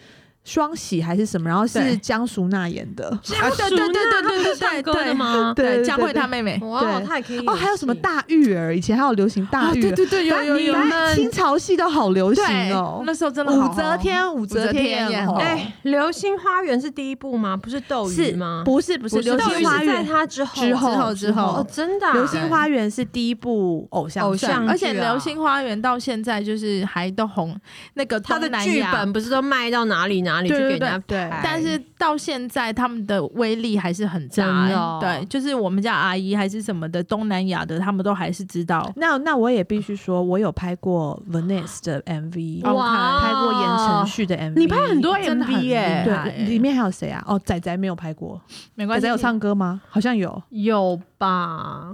Speaker 1: 双喜还是什么，然后是
Speaker 3: 对
Speaker 1: 江淑娜演的。
Speaker 3: 啊对对对对对对对
Speaker 2: 歌的
Speaker 3: 对
Speaker 2: 吗？
Speaker 1: 对
Speaker 3: 对，
Speaker 1: 对
Speaker 3: 佳
Speaker 1: 对
Speaker 3: 慧她妹妹，
Speaker 2: 哇，
Speaker 1: 对
Speaker 2: 他也可以演
Speaker 1: 哦，还有什么
Speaker 2: 戏
Speaker 1: 大玉儿？以前还有流行大
Speaker 3: 啊
Speaker 1: 玉
Speaker 3: 对
Speaker 1: 儿，
Speaker 3: 对对，有有
Speaker 1: 你
Speaker 3: 有，
Speaker 1: 们清朝戏都好流行
Speaker 3: 对
Speaker 1: 哦，。
Speaker 3: 那时候真的好
Speaker 1: 武则
Speaker 3: 红
Speaker 1: 天，武则
Speaker 3: 则
Speaker 1: 天
Speaker 3: 天
Speaker 1: 也
Speaker 3: 也
Speaker 1: 很
Speaker 3: 红
Speaker 1: 红
Speaker 2: 哎、流星花园》是第一部吗？不是斗鱼
Speaker 3: 是
Speaker 2: 吗？
Speaker 3: 不是不
Speaker 1: 哦是
Speaker 2: 斗
Speaker 1: 流
Speaker 2: 鱼
Speaker 1: 星花
Speaker 2: 是
Speaker 1: 园
Speaker 2: 在它之后
Speaker 1: 之
Speaker 3: 之
Speaker 1: 后
Speaker 3: 后之后
Speaker 2: 哦，真的啊、
Speaker 1: 流星花园》是第一部偶像
Speaker 2: 偶
Speaker 1: 剧
Speaker 2: 像
Speaker 3: 而且
Speaker 2: 剧
Speaker 3: 《
Speaker 2: 啊
Speaker 3: 流星花园》到现在就是还都红，那个
Speaker 2: 它的
Speaker 3: 东南
Speaker 2: 剧
Speaker 3: 亚
Speaker 2: 本，不是都卖到哪里哪里去
Speaker 3: 对
Speaker 2: 给
Speaker 3: 对
Speaker 2: 人家
Speaker 3: 对
Speaker 2: 拍？
Speaker 3: 但是到现在他们的威力还是很
Speaker 2: 真
Speaker 3: 大、
Speaker 2: 的哦
Speaker 3: 对，就是我们家阿姨还是什么的东南亚的，他们都还是知道。
Speaker 1: 那那我也必须说，我有拍过 Venice 的 MV，
Speaker 2: 哇，
Speaker 1: 拍过言承，旭的 MV。
Speaker 2: 你拍很多
Speaker 3: 真的很
Speaker 2: MV 耶、
Speaker 3: 厉害
Speaker 1: 对，里面还有谁啊？哦，仔仔没有拍过，
Speaker 3: 没
Speaker 1: 仔
Speaker 3: 关系，
Speaker 1: 仔有唱歌吗？好像有，
Speaker 2: 有吧？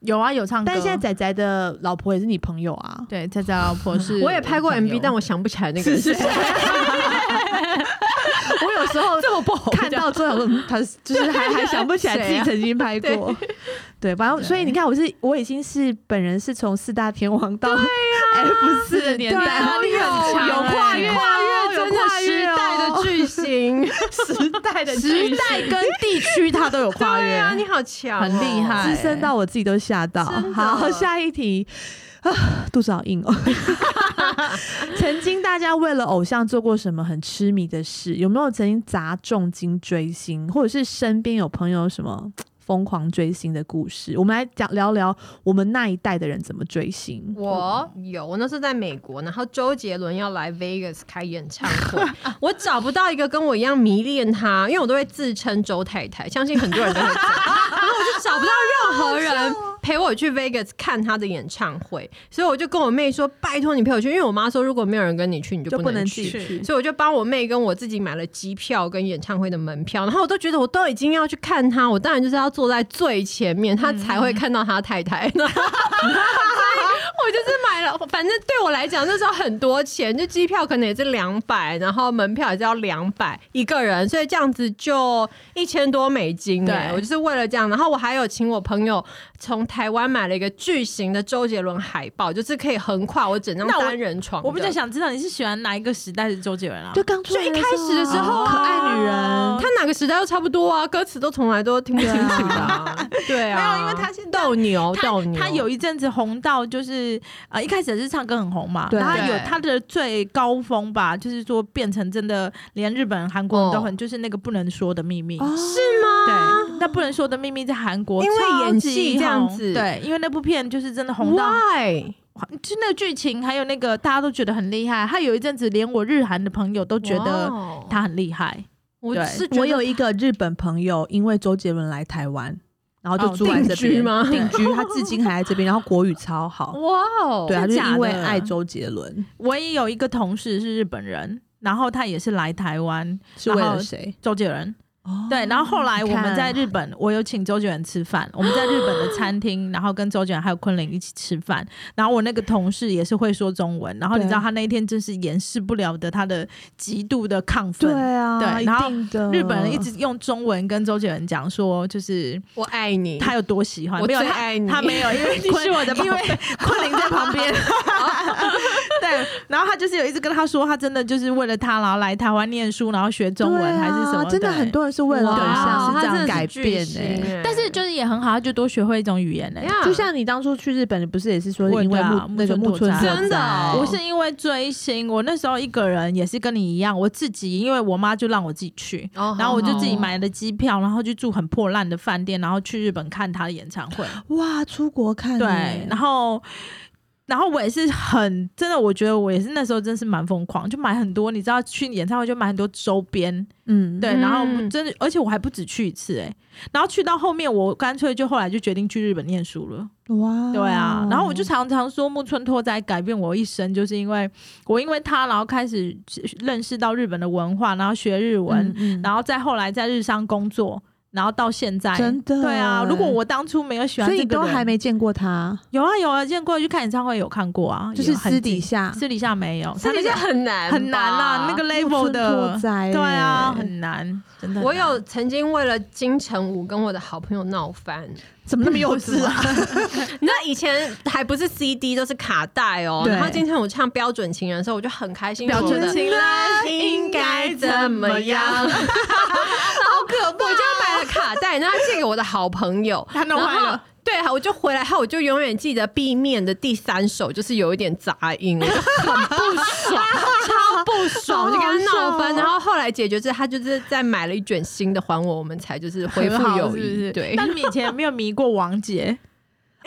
Speaker 3: 有啊有唱歌，
Speaker 1: 但现在仔仔的老婆也是你朋友啊。
Speaker 3: 对在家老婆是
Speaker 2: 我也拍过
Speaker 3: 朋
Speaker 2: MV，
Speaker 3: 友
Speaker 2: 但我想不起来那个人是谁。
Speaker 1: 我有时候这么不好看到最后说，嗯他是就是还还想不起来自
Speaker 2: 谁
Speaker 1: 己
Speaker 2: 啊
Speaker 1: 曾经拍过。对，反正所以你看，我是我已经是本人是从四大天王到 F 四的年
Speaker 3: 对
Speaker 1: 代，
Speaker 3: 啊你很强
Speaker 1: 有跨越哦，
Speaker 2: 哎跨越
Speaker 1: 有
Speaker 2: 真的
Speaker 1: 跨
Speaker 2: 时
Speaker 1: 越哦
Speaker 2: 代的巨星，
Speaker 1: 时代的
Speaker 3: 时
Speaker 1: 巨
Speaker 3: 代跟地区他都有跨越，
Speaker 2: 对啊，你好强哦、
Speaker 3: 很厉害
Speaker 1: 资深到我自己都吓到
Speaker 2: 真的。
Speaker 1: 好，下一题。啊，肚子好硬哦！ 曾经大家为了偶像做过什么很痴迷的事？有没有曾经砸重金追星，或者是身边有朋友什么疯狂追星的故事？我们来讲聊聊我们那一代的人怎么追星。
Speaker 2: 我有，我那时候在美国，然后周杰伦要来 Vegas 开演唱会，我找不到一个跟我一样迷恋他，因为我都会自称周太太，相信很多人都会这样，然后我就找不到任何人陪我去 Vegas 看他的演唱会，所以我就跟我妹说，拜托你陪我去，因为我妈说如果没有人跟你去，你就
Speaker 1: 就不
Speaker 2: 能
Speaker 1: 能
Speaker 2: 去
Speaker 1: 自己去
Speaker 2: 所以我就帮我妹跟我自己买了机票跟演唱会的门票，然后我都觉得我都已经要去看他，我当然就是要坐在最前面，
Speaker 3: 嗯
Speaker 2: 他才会看到他太太。 所以我就是买了，反正对我来讲那时候很多钱，就机票可能也是两百，然后门票也是要两百一个人，所以这样子就一千多美金哎、
Speaker 3: 对
Speaker 2: 我就是为了这样，然后我还有请我朋友从台湾买了一个巨型的周杰伦海报，就是可以横跨我整张
Speaker 3: 那我
Speaker 2: 单人床的
Speaker 3: 我比较想知道你是喜欢哪一个时代的周杰伦啊？
Speaker 1: 就刚出
Speaker 2: 就
Speaker 1: 来
Speaker 2: 一开始的时候、啊，
Speaker 1: 可爱女人，
Speaker 3: 哦
Speaker 2: 他哪个时代都差不多啊，歌词都从来都听不清楚的啊、 对啊，
Speaker 3: 没有因为他现在
Speaker 2: 斗牛，
Speaker 3: 他
Speaker 2: 斗牛，
Speaker 3: 他有一阵子红到就是呃一开始是唱歌很红嘛，
Speaker 1: 对
Speaker 3: 然后有
Speaker 2: 对
Speaker 3: 他的最高峰吧，就是说变成真的连日本、韩国人都很、就是那个不能说的秘密。
Speaker 1: 哦
Speaker 2: 是吗？
Speaker 3: 对，那不能说的秘密在韩国
Speaker 2: 因为
Speaker 3: 超
Speaker 2: 演
Speaker 3: 级
Speaker 2: 戏这样
Speaker 3: 红
Speaker 2: 子
Speaker 3: 对，因为那部片就是真的红到，
Speaker 2: Why？
Speaker 3: 就那个剧情还有那个大家都觉得很厉害。他有一阵子连我日韩的朋友都觉得
Speaker 2: 哇哦
Speaker 3: 他很厉害，
Speaker 2: 我
Speaker 3: 对
Speaker 2: 是觉得
Speaker 1: 我有一个日本朋友，因为周杰伦来台湾，然后就
Speaker 3: 哦
Speaker 1: 住在这
Speaker 2: 定居
Speaker 1: 边、
Speaker 2: 吗
Speaker 1: 定 居，他至今还在这边，然后国语超好。
Speaker 2: 哇哦，
Speaker 1: 对，他就
Speaker 3: 真假
Speaker 1: 因为
Speaker 3: 的
Speaker 1: 爱周杰伦，
Speaker 3: 我也有一个同事是日本人，然后他也是来台湾
Speaker 1: 是
Speaker 3: 然
Speaker 1: 为
Speaker 3: 后
Speaker 1: 了谁？
Speaker 3: 周杰伦，
Speaker 1: 哦
Speaker 3: 对，然后后来我们在
Speaker 1: 你看
Speaker 3: 日本，我有请周杰伦吃饭，我们在日本的餐厅，然后跟周杰伦还有昆凌一起吃饭。然后我那个同事也是会说中文，然后你
Speaker 1: 对
Speaker 3: 知道他那一天真是掩饰不了的他的极度的亢
Speaker 1: 对
Speaker 3: 奋。
Speaker 1: 啊，
Speaker 3: 对然后
Speaker 1: 一定的
Speaker 3: 日本人一直用中文跟周杰伦讲说，就是
Speaker 2: 我爱你，
Speaker 3: 他有多喜欢，
Speaker 2: 我
Speaker 3: 没有
Speaker 2: 最
Speaker 3: 他
Speaker 2: 爱你
Speaker 3: 他没有，因为
Speaker 2: 你是我的宝贝
Speaker 3: 因为昆凌在旁边。对，然后他就是有一直跟他说，他真的就是为了他，然后来台湾念书，然后学中文、
Speaker 1: 对啊
Speaker 3: 还是什么，
Speaker 1: 真的
Speaker 3: 对
Speaker 1: 很。多人是为了
Speaker 2: 哇
Speaker 1: 偶像
Speaker 2: 他
Speaker 1: 是这
Speaker 2: 真
Speaker 1: 样
Speaker 2: 的
Speaker 1: 改
Speaker 2: 巨
Speaker 1: 变
Speaker 2: 星
Speaker 1: 呢、
Speaker 2: 欸
Speaker 3: 但是就是也很好，他就多学会一种语言呢、
Speaker 2: Yeah
Speaker 1: 就像你当初去日本，你不是也是说
Speaker 3: 我
Speaker 1: 因为
Speaker 3: 对啊
Speaker 1: 木那个
Speaker 3: 木
Speaker 1: 木
Speaker 3: 村拓
Speaker 1: 村
Speaker 3: 哉
Speaker 1: 拓哉
Speaker 2: 真的哦
Speaker 3: 我是因为追星，我那时候一个人也是跟你一样，我自己因为我妈就让我自己去，
Speaker 2: 哦
Speaker 3: 然后我就自己
Speaker 2: 好
Speaker 3: 买了机票，然后去住很破烂的饭店，然后去日本看他的演唱会。
Speaker 1: 哇，出国看
Speaker 3: 对
Speaker 1: 欸，
Speaker 3: 然后。然后我也是很真的，我觉得我也是那时候真是蛮疯狂，就买很多，你知道去演唱会就买很多周边，
Speaker 1: 嗯
Speaker 3: 对，
Speaker 2: 嗯
Speaker 3: 然后真的，而且我还不止去一次哎、然后去到后面我干脆就后来就决定去日本念书了，
Speaker 1: 哇，嗯
Speaker 3: 对
Speaker 1: 哦
Speaker 3: 啊，然后我就常常说木村拓哉改变我一生，就是因为我因为他，然后开始认识到日本的文化，然后学日文，
Speaker 1: 嗯，嗯
Speaker 3: 然后再后来在日商工作，然后到现在，
Speaker 1: 真的
Speaker 3: 对啊，如果我当初没有喜欢
Speaker 1: 所
Speaker 3: 这
Speaker 1: 以
Speaker 3: 个
Speaker 1: 你
Speaker 3: 人，
Speaker 1: 都还没见过他，
Speaker 3: 有啊有啊，见过去看演唱会有看过啊，
Speaker 1: 就是
Speaker 3: 有很
Speaker 1: 私底
Speaker 3: 近
Speaker 1: 下
Speaker 3: 私底下没有，
Speaker 2: 私底下
Speaker 3: 他那个
Speaker 2: 很难，
Speaker 3: 很难啦，那个。level
Speaker 1: 木村拓
Speaker 3: 的，
Speaker 1: 哉欸
Speaker 3: 对啊，很难，真的很难。
Speaker 2: 我有曾经为了金城武跟我的好朋友闹翻，
Speaker 1: 怎么那么幼稚 啊？
Speaker 2: 你知道以前还不是 CD 都是卡带哦、
Speaker 1: 对
Speaker 2: 然后金城武唱《标准情人》的时候，我就很开心，
Speaker 1: 标准
Speaker 2: 我觉得
Speaker 1: 情人
Speaker 2: 应该怎么样？ 好可怕！我就买了卡带，然后他借给我的好朋友，
Speaker 3: 他弄坏了
Speaker 2: 然后。对啊，我就回来后，我就永远记得 B 面的第三首就是有一点杂音，我就很不爽，超不爽，我就跟他闹
Speaker 1: 好好笑
Speaker 2: 翻。
Speaker 1: 哦
Speaker 2: 然后后来解决是，他就是再买了一卷新的还我，我们才就是恢
Speaker 3: 很
Speaker 2: 复
Speaker 3: 好
Speaker 2: 友
Speaker 3: 是不
Speaker 2: 谊。
Speaker 3: 是
Speaker 2: 对，
Speaker 3: 但你以前有没有迷过王杰，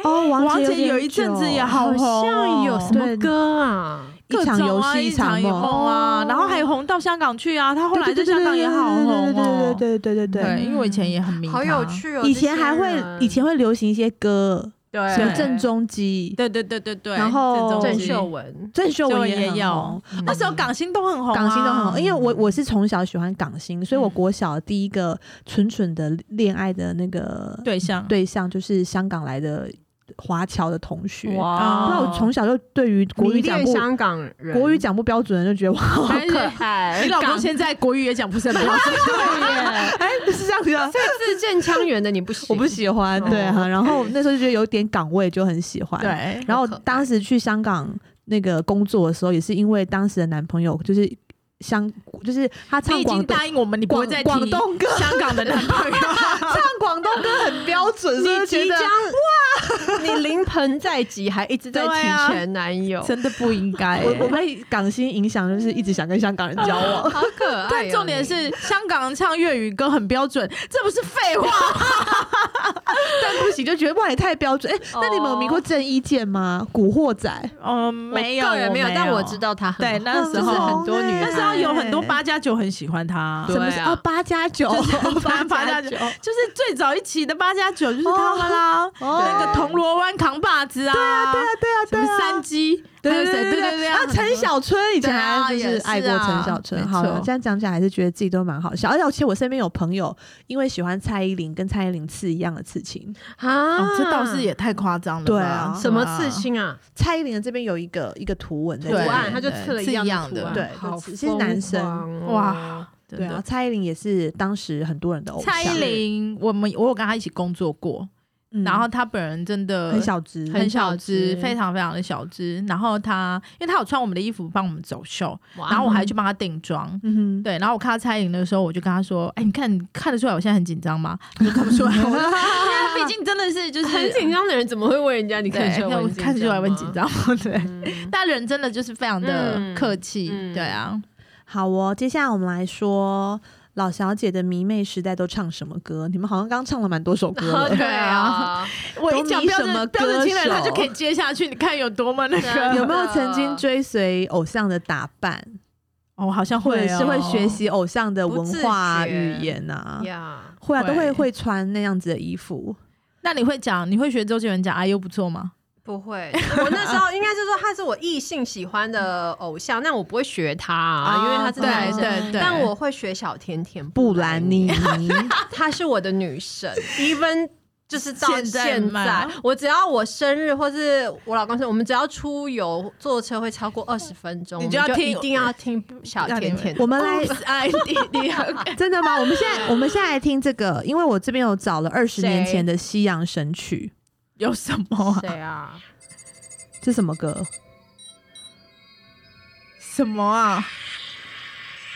Speaker 1: 哦，
Speaker 3: 王
Speaker 1: 杰
Speaker 3: 杰
Speaker 1: 点
Speaker 3: 有一阵子
Speaker 1: 久
Speaker 3: 也好红哦
Speaker 2: 像有什么
Speaker 1: 对
Speaker 2: 歌啊？
Speaker 1: 一场
Speaker 3: 各种
Speaker 1: 游
Speaker 3: 啊
Speaker 1: 戏
Speaker 3: 一场
Speaker 1: 梦，
Speaker 3: 梦啊
Speaker 1: 哦，
Speaker 3: 然后还红到香港去啊，他后来在
Speaker 1: 对对对
Speaker 3: 香港也好红哦，
Speaker 1: 对对对对对对对
Speaker 3: 对，因为我以前也很啊迷，
Speaker 2: 好有，趣哦！
Speaker 1: 以前还会以前会流行一些歌，
Speaker 2: 对
Speaker 1: 什么郑中基、
Speaker 3: 对对对对对，
Speaker 1: 然后
Speaker 2: 郑
Speaker 3: 郑
Speaker 2: 秀
Speaker 3: 秀
Speaker 2: 文，
Speaker 1: 郑秀文
Speaker 3: 也
Speaker 1: 很红
Speaker 3: 有，那时候港星都很红啊，
Speaker 1: 港星都很好，因为我我是从小喜欢港星，所以我国小第一个纯纯的恋爱的那个
Speaker 3: 对象，
Speaker 1: 对象就是香港来的华侨的同学。不
Speaker 3: 哇
Speaker 1: 然我从小就对于嗯国语讲
Speaker 2: 恋
Speaker 1: 不
Speaker 2: 香港人，
Speaker 1: 国语讲不标准的，就觉得哇，
Speaker 3: 好
Speaker 2: 好可 爱。
Speaker 3: 你老公
Speaker 2: 港
Speaker 3: 现在国语也讲不 是很标准，
Speaker 1: 哎，是这样子的，
Speaker 2: 在字正腔圆的你不行，
Speaker 1: 我不喜欢，对啊。然后那时候就觉得有点港味，就很喜欢。
Speaker 3: 对
Speaker 1: 然后
Speaker 2: 好可爱
Speaker 1: 当时去香港那个工作的时候，也是因为当时的男朋友就是香，就是他
Speaker 3: 你
Speaker 1: 唱
Speaker 3: 已
Speaker 1: 广
Speaker 3: 经
Speaker 1: 东
Speaker 3: 答应我们，你不会
Speaker 1: 广
Speaker 3: 再提
Speaker 1: 广东歌，
Speaker 3: 香港的男朋 友，
Speaker 1: 唱广东歌很标准，所以
Speaker 2: 你
Speaker 1: 就觉
Speaker 2: 即
Speaker 1: 得
Speaker 2: 将哇，你临盆在即，还一直在
Speaker 3: 对啊
Speaker 2: 提前男友，
Speaker 3: 真的不应该
Speaker 1: 哎我我被港星影响，就是一直想跟香港人交 往。
Speaker 2: 好可爱哦。
Speaker 3: 但重点
Speaker 2: 你
Speaker 3: 是，香港人唱粤语歌很标准，这不是废 话。
Speaker 1: 但不行，就觉得哇，也太标准。哎、那你们有迷过郑伊健吗？古惑仔，
Speaker 3: 嗯，没有，
Speaker 2: 我个人没有，
Speaker 3: 我
Speaker 2: 但我知。道他很
Speaker 3: 对，
Speaker 2: 红
Speaker 3: 那时
Speaker 1: 就
Speaker 3: 候
Speaker 1: 是
Speaker 3: 很
Speaker 1: 很多欸女
Speaker 3: 那时候
Speaker 1: 孩
Speaker 3: 有很多八加九很喜欢他，
Speaker 2: 对
Speaker 1: 什么是
Speaker 2: 啊
Speaker 1: 哦八加九？
Speaker 3: 八加九就是最早一期的八加九就是他们啦，
Speaker 1: 哦
Speaker 3: 那个铜锣湾扛把子啊，对啊
Speaker 1: 对啊，对啊，对
Speaker 3: 什
Speaker 1: 啊，
Speaker 3: 么三鸡，
Speaker 1: 对
Speaker 3: 还有
Speaker 1: 对
Speaker 3: 谁
Speaker 1: 对
Speaker 3: 对
Speaker 1: 对
Speaker 3: 对
Speaker 1: 对，啊，
Speaker 3: 啊
Speaker 1: 陈小春以前还
Speaker 3: 对
Speaker 1: 就
Speaker 3: 啊
Speaker 1: 是爱过
Speaker 3: 也是啊
Speaker 1: 陈小春，
Speaker 3: 没
Speaker 1: 好了
Speaker 3: 错，
Speaker 1: 这样讲起来还是觉得自己都蛮好笑，而且我身边有朋友因为喜欢蔡依林，跟蔡依林刺一样的刺青，
Speaker 2: 啊
Speaker 3: 哦，这倒是也太夸张了吧，
Speaker 1: 对啊
Speaker 2: 什么刺青啊？
Speaker 1: 蔡依林的这边有一个一个图文在
Speaker 3: 对啊
Speaker 1: 这里
Speaker 2: 图案，他就刺了
Speaker 3: 对
Speaker 2: 一
Speaker 3: 是一样
Speaker 2: 的
Speaker 3: 的
Speaker 2: 图案，
Speaker 1: 对
Speaker 2: 好
Speaker 1: 其实男生
Speaker 2: 疯狂哦
Speaker 3: 哇，真
Speaker 1: 对
Speaker 3: 的
Speaker 1: 啊，蔡依林也是当时很多人的偶像，
Speaker 3: 蔡依林，我们我有跟她一起工作过，
Speaker 1: 嗯
Speaker 3: 然后她本人真的
Speaker 1: 很小只，
Speaker 3: 很小
Speaker 2: 很
Speaker 3: 只
Speaker 2: 小只，
Speaker 3: 非常非常的小只。然后她，因为她有穿我们的衣服帮我们走秀，
Speaker 2: 哇
Speaker 3: 然后我还去帮她定妆。
Speaker 1: 嗯哼，
Speaker 3: 对，然后我看到蔡依林的时候，我就跟她说：“哎、你看，你看得出来我现在很紧张吗？”她说：“看不出来。”我说：“ 因为她毕竟真的是就是
Speaker 2: 很紧张的人怎么会问人家你看
Speaker 3: 对，
Speaker 2: 起来
Speaker 3: 那我
Speaker 2: 很
Speaker 3: 看得出来我很紧
Speaker 2: 吗？
Speaker 3: 张。” 对，但人真的就是非常的
Speaker 2: 嗯
Speaker 3: 客气。
Speaker 2: 嗯
Speaker 3: 对啊，
Speaker 1: 好哦，接下来我们来说老小姐的迷妹时代都唱什么歌？你们好像刚唱了蛮多首歌
Speaker 2: 啊
Speaker 1: 了，
Speaker 2: 对啊，
Speaker 3: 我一
Speaker 1: 懂
Speaker 3: 讲
Speaker 1: 你
Speaker 3: 标
Speaker 1: 什么
Speaker 3: 准标准
Speaker 1: 歌
Speaker 3: 情人，她
Speaker 1: 手
Speaker 3: 就可以接下去，你看啊有多么那
Speaker 2: 真
Speaker 3: 个
Speaker 2: 的
Speaker 1: 有没有曾
Speaker 3: 呃
Speaker 1: 经追随偶像的打扮，
Speaker 3: 哦，好像
Speaker 1: 或
Speaker 3: 会
Speaker 1: 者
Speaker 3: 哦、
Speaker 1: 是会学习偶像的文化
Speaker 2: 不自觉
Speaker 1: 语言啊？
Speaker 2: 呀，
Speaker 1: 会啊，都会
Speaker 3: 会
Speaker 1: 会穿那样子的衣服。
Speaker 3: 那你会讲，你会学周杰伦讲“哎呦不错”吗？
Speaker 2: 不会，我那时候应该是说他是我异性喜欢的偶像，那我不会学他、啊，因为他是
Speaker 3: 对
Speaker 2: 男生。
Speaker 3: 对对，
Speaker 2: 但我会学小甜甜
Speaker 1: 布兰妮，
Speaker 2: 她是我的女 神，even 就是到
Speaker 3: 现
Speaker 2: 现
Speaker 3: 在
Speaker 2: 在，
Speaker 3: 吗
Speaker 2: 我只要我生日或是我老公生日，我们只要出游坐车会超过二十分钟，
Speaker 3: 你
Speaker 2: 我
Speaker 3: 就
Speaker 2: 们
Speaker 3: 要听
Speaker 2: 一定要听小甜甜。
Speaker 1: 我们来
Speaker 2: 哎
Speaker 3: I D D，
Speaker 1: 真的吗？我们现在我们现在来听这个，因为我这边有找了二十
Speaker 2: 谁
Speaker 1: 年前的西洋神曲，
Speaker 3: 有什么啊？
Speaker 2: 谁啊？
Speaker 1: 这什么歌？
Speaker 3: 什么啊？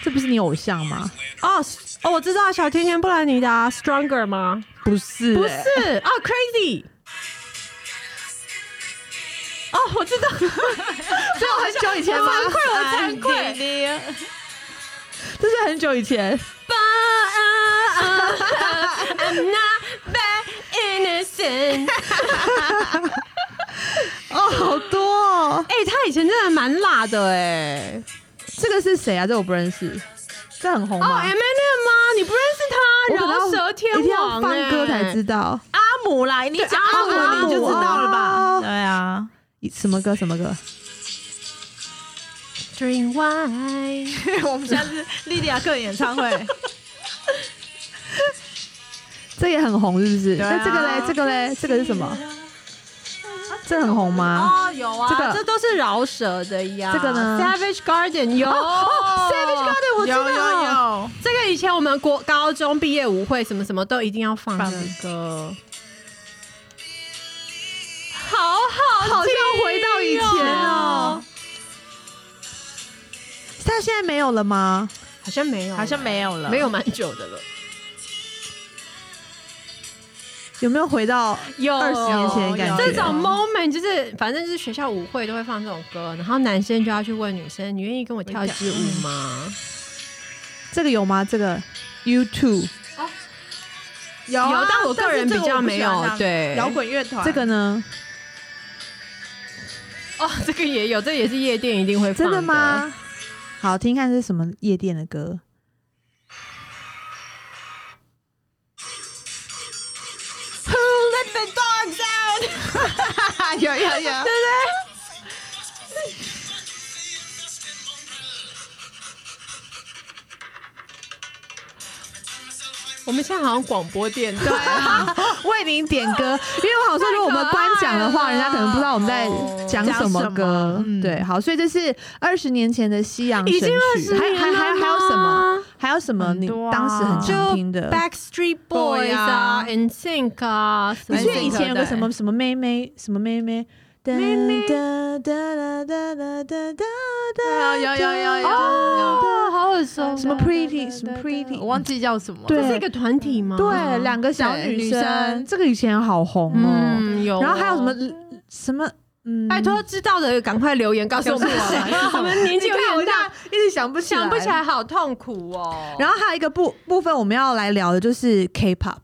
Speaker 1: 这不是你偶像吗？
Speaker 2: 哦哦，我知道小甜甜布兰妮的、啊《Stronger》吗？
Speaker 1: 不是、
Speaker 2: 不
Speaker 1: 欸
Speaker 2: 是啊、c r a z y 哦，我知道，
Speaker 1: 这我很久以前吗？
Speaker 2: 惭愧，我惭愧。
Speaker 3: 愧，
Speaker 1: 这是很久以前。
Speaker 2: uh, I'm not that innocent。
Speaker 1: 哦，好多哦！
Speaker 2: 哎、他以前真的蛮辣的哎、
Speaker 1: 这个是谁啊？这我不认识，这很红
Speaker 2: 哦
Speaker 1: 吗？
Speaker 2: ，M N M 吗？你不认识
Speaker 1: 我
Speaker 2: 他？
Speaker 1: 可能要
Speaker 2: 饶舌天
Speaker 1: 一定要
Speaker 2: 王、哎
Speaker 1: 放歌才知道。
Speaker 3: 阿姆啦，你讲
Speaker 2: 阿姆
Speaker 3: 啊阿姆你就知道了吧？
Speaker 1: 哦
Speaker 3: 对啊，
Speaker 1: 什么歌？什么歌？
Speaker 2: Dream Why。
Speaker 3: 我们下次莉莉亚个人演唱会，
Speaker 1: 这也很红，是不是？
Speaker 3: 对啊
Speaker 1: 那这个嘞，这个嘞，这个是什么？这很红吗？
Speaker 2: 哦，有啊，
Speaker 1: 这个
Speaker 2: 这都是饶舌的呀。
Speaker 1: 这个呢
Speaker 2: ？Savage Garden 有、
Speaker 1: Savage Garden，我知道
Speaker 3: 有有有，
Speaker 2: 这个以前我们国高中毕业舞会什么什么都一定要放
Speaker 3: 放
Speaker 2: 这个歌，好好
Speaker 1: 好
Speaker 2: 听哦，
Speaker 1: 像回到以前哦。他现在没有了吗？
Speaker 2: 好像没有，
Speaker 3: 好像没有了，
Speaker 2: 没有蛮久的了，
Speaker 1: 有没有回到
Speaker 2: 有
Speaker 1: 20年前的感
Speaker 3: 哦
Speaker 1: 觉
Speaker 2: 这种 moment 就是，反正就是学校舞会都会放这种歌，然后男生就要去问女生：“你愿意跟我跳一支舞吗
Speaker 1: 这个有吗？这个 You Too
Speaker 3: 有？”啊
Speaker 2: 有，但我个人比较没有。对，
Speaker 3: 摇滚乐团
Speaker 1: 这个呢？
Speaker 2: 哦，这个也有，这也是夜店一定会放
Speaker 1: 真的？吗？好，听看是什么夜店的歌？
Speaker 3: Who let the dogs out？有有有，
Speaker 2: 我们现在好像广播电台，啊
Speaker 1: 为您点 歌，因为我好说，如果我们关讲的话，
Speaker 2: 太可爱了
Speaker 1: 人家可能不知道我们在讲什么
Speaker 3: 讲
Speaker 1: 歌
Speaker 3: 什么。嗯
Speaker 1: 对，好，所以这是二十年前的西洋
Speaker 2: 已
Speaker 1: 神
Speaker 2: 经二
Speaker 1: 曲，
Speaker 2: 十
Speaker 1: 还还还还有什么？？还有什么
Speaker 3: 很
Speaker 1: 你
Speaker 3: 多啊
Speaker 1: 当时很常听的？
Speaker 2: Backstreet
Speaker 3: Boys
Speaker 2: Boys
Speaker 3: 啊
Speaker 2: 啊，In Sync 啊，什
Speaker 1: 你
Speaker 2: 么
Speaker 1: 记得以前有个什么
Speaker 3: 对
Speaker 1: 什么妹妹，什么妹妹？
Speaker 2: 妹妹
Speaker 1: 哒哒哒哒哒哒哒哒，
Speaker 3: 有有有有有
Speaker 1: 哦
Speaker 2: 哦，好耳熟，
Speaker 1: 什么 pretty 什么 pretty，
Speaker 3: 我忘记叫什么了。
Speaker 1: 对
Speaker 2: 这是一个团体吗？
Speaker 1: 对，两个小
Speaker 3: 对
Speaker 1: 女
Speaker 3: 女
Speaker 1: 生，
Speaker 3: 生
Speaker 1: 这个以前好红哦。
Speaker 2: 嗯，有。
Speaker 1: 然后还有什么？什么？嗯，
Speaker 2: 拜托，知道的赶快留言告诉我们
Speaker 3: 告诉我们
Speaker 2: 是谁，我们年纪有点大，，
Speaker 1: 一直想不
Speaker 2: 想不起。来，好痛苦哦。
Speaker 1: 然后还有一个部部分我们要来聊的就是 K-pop，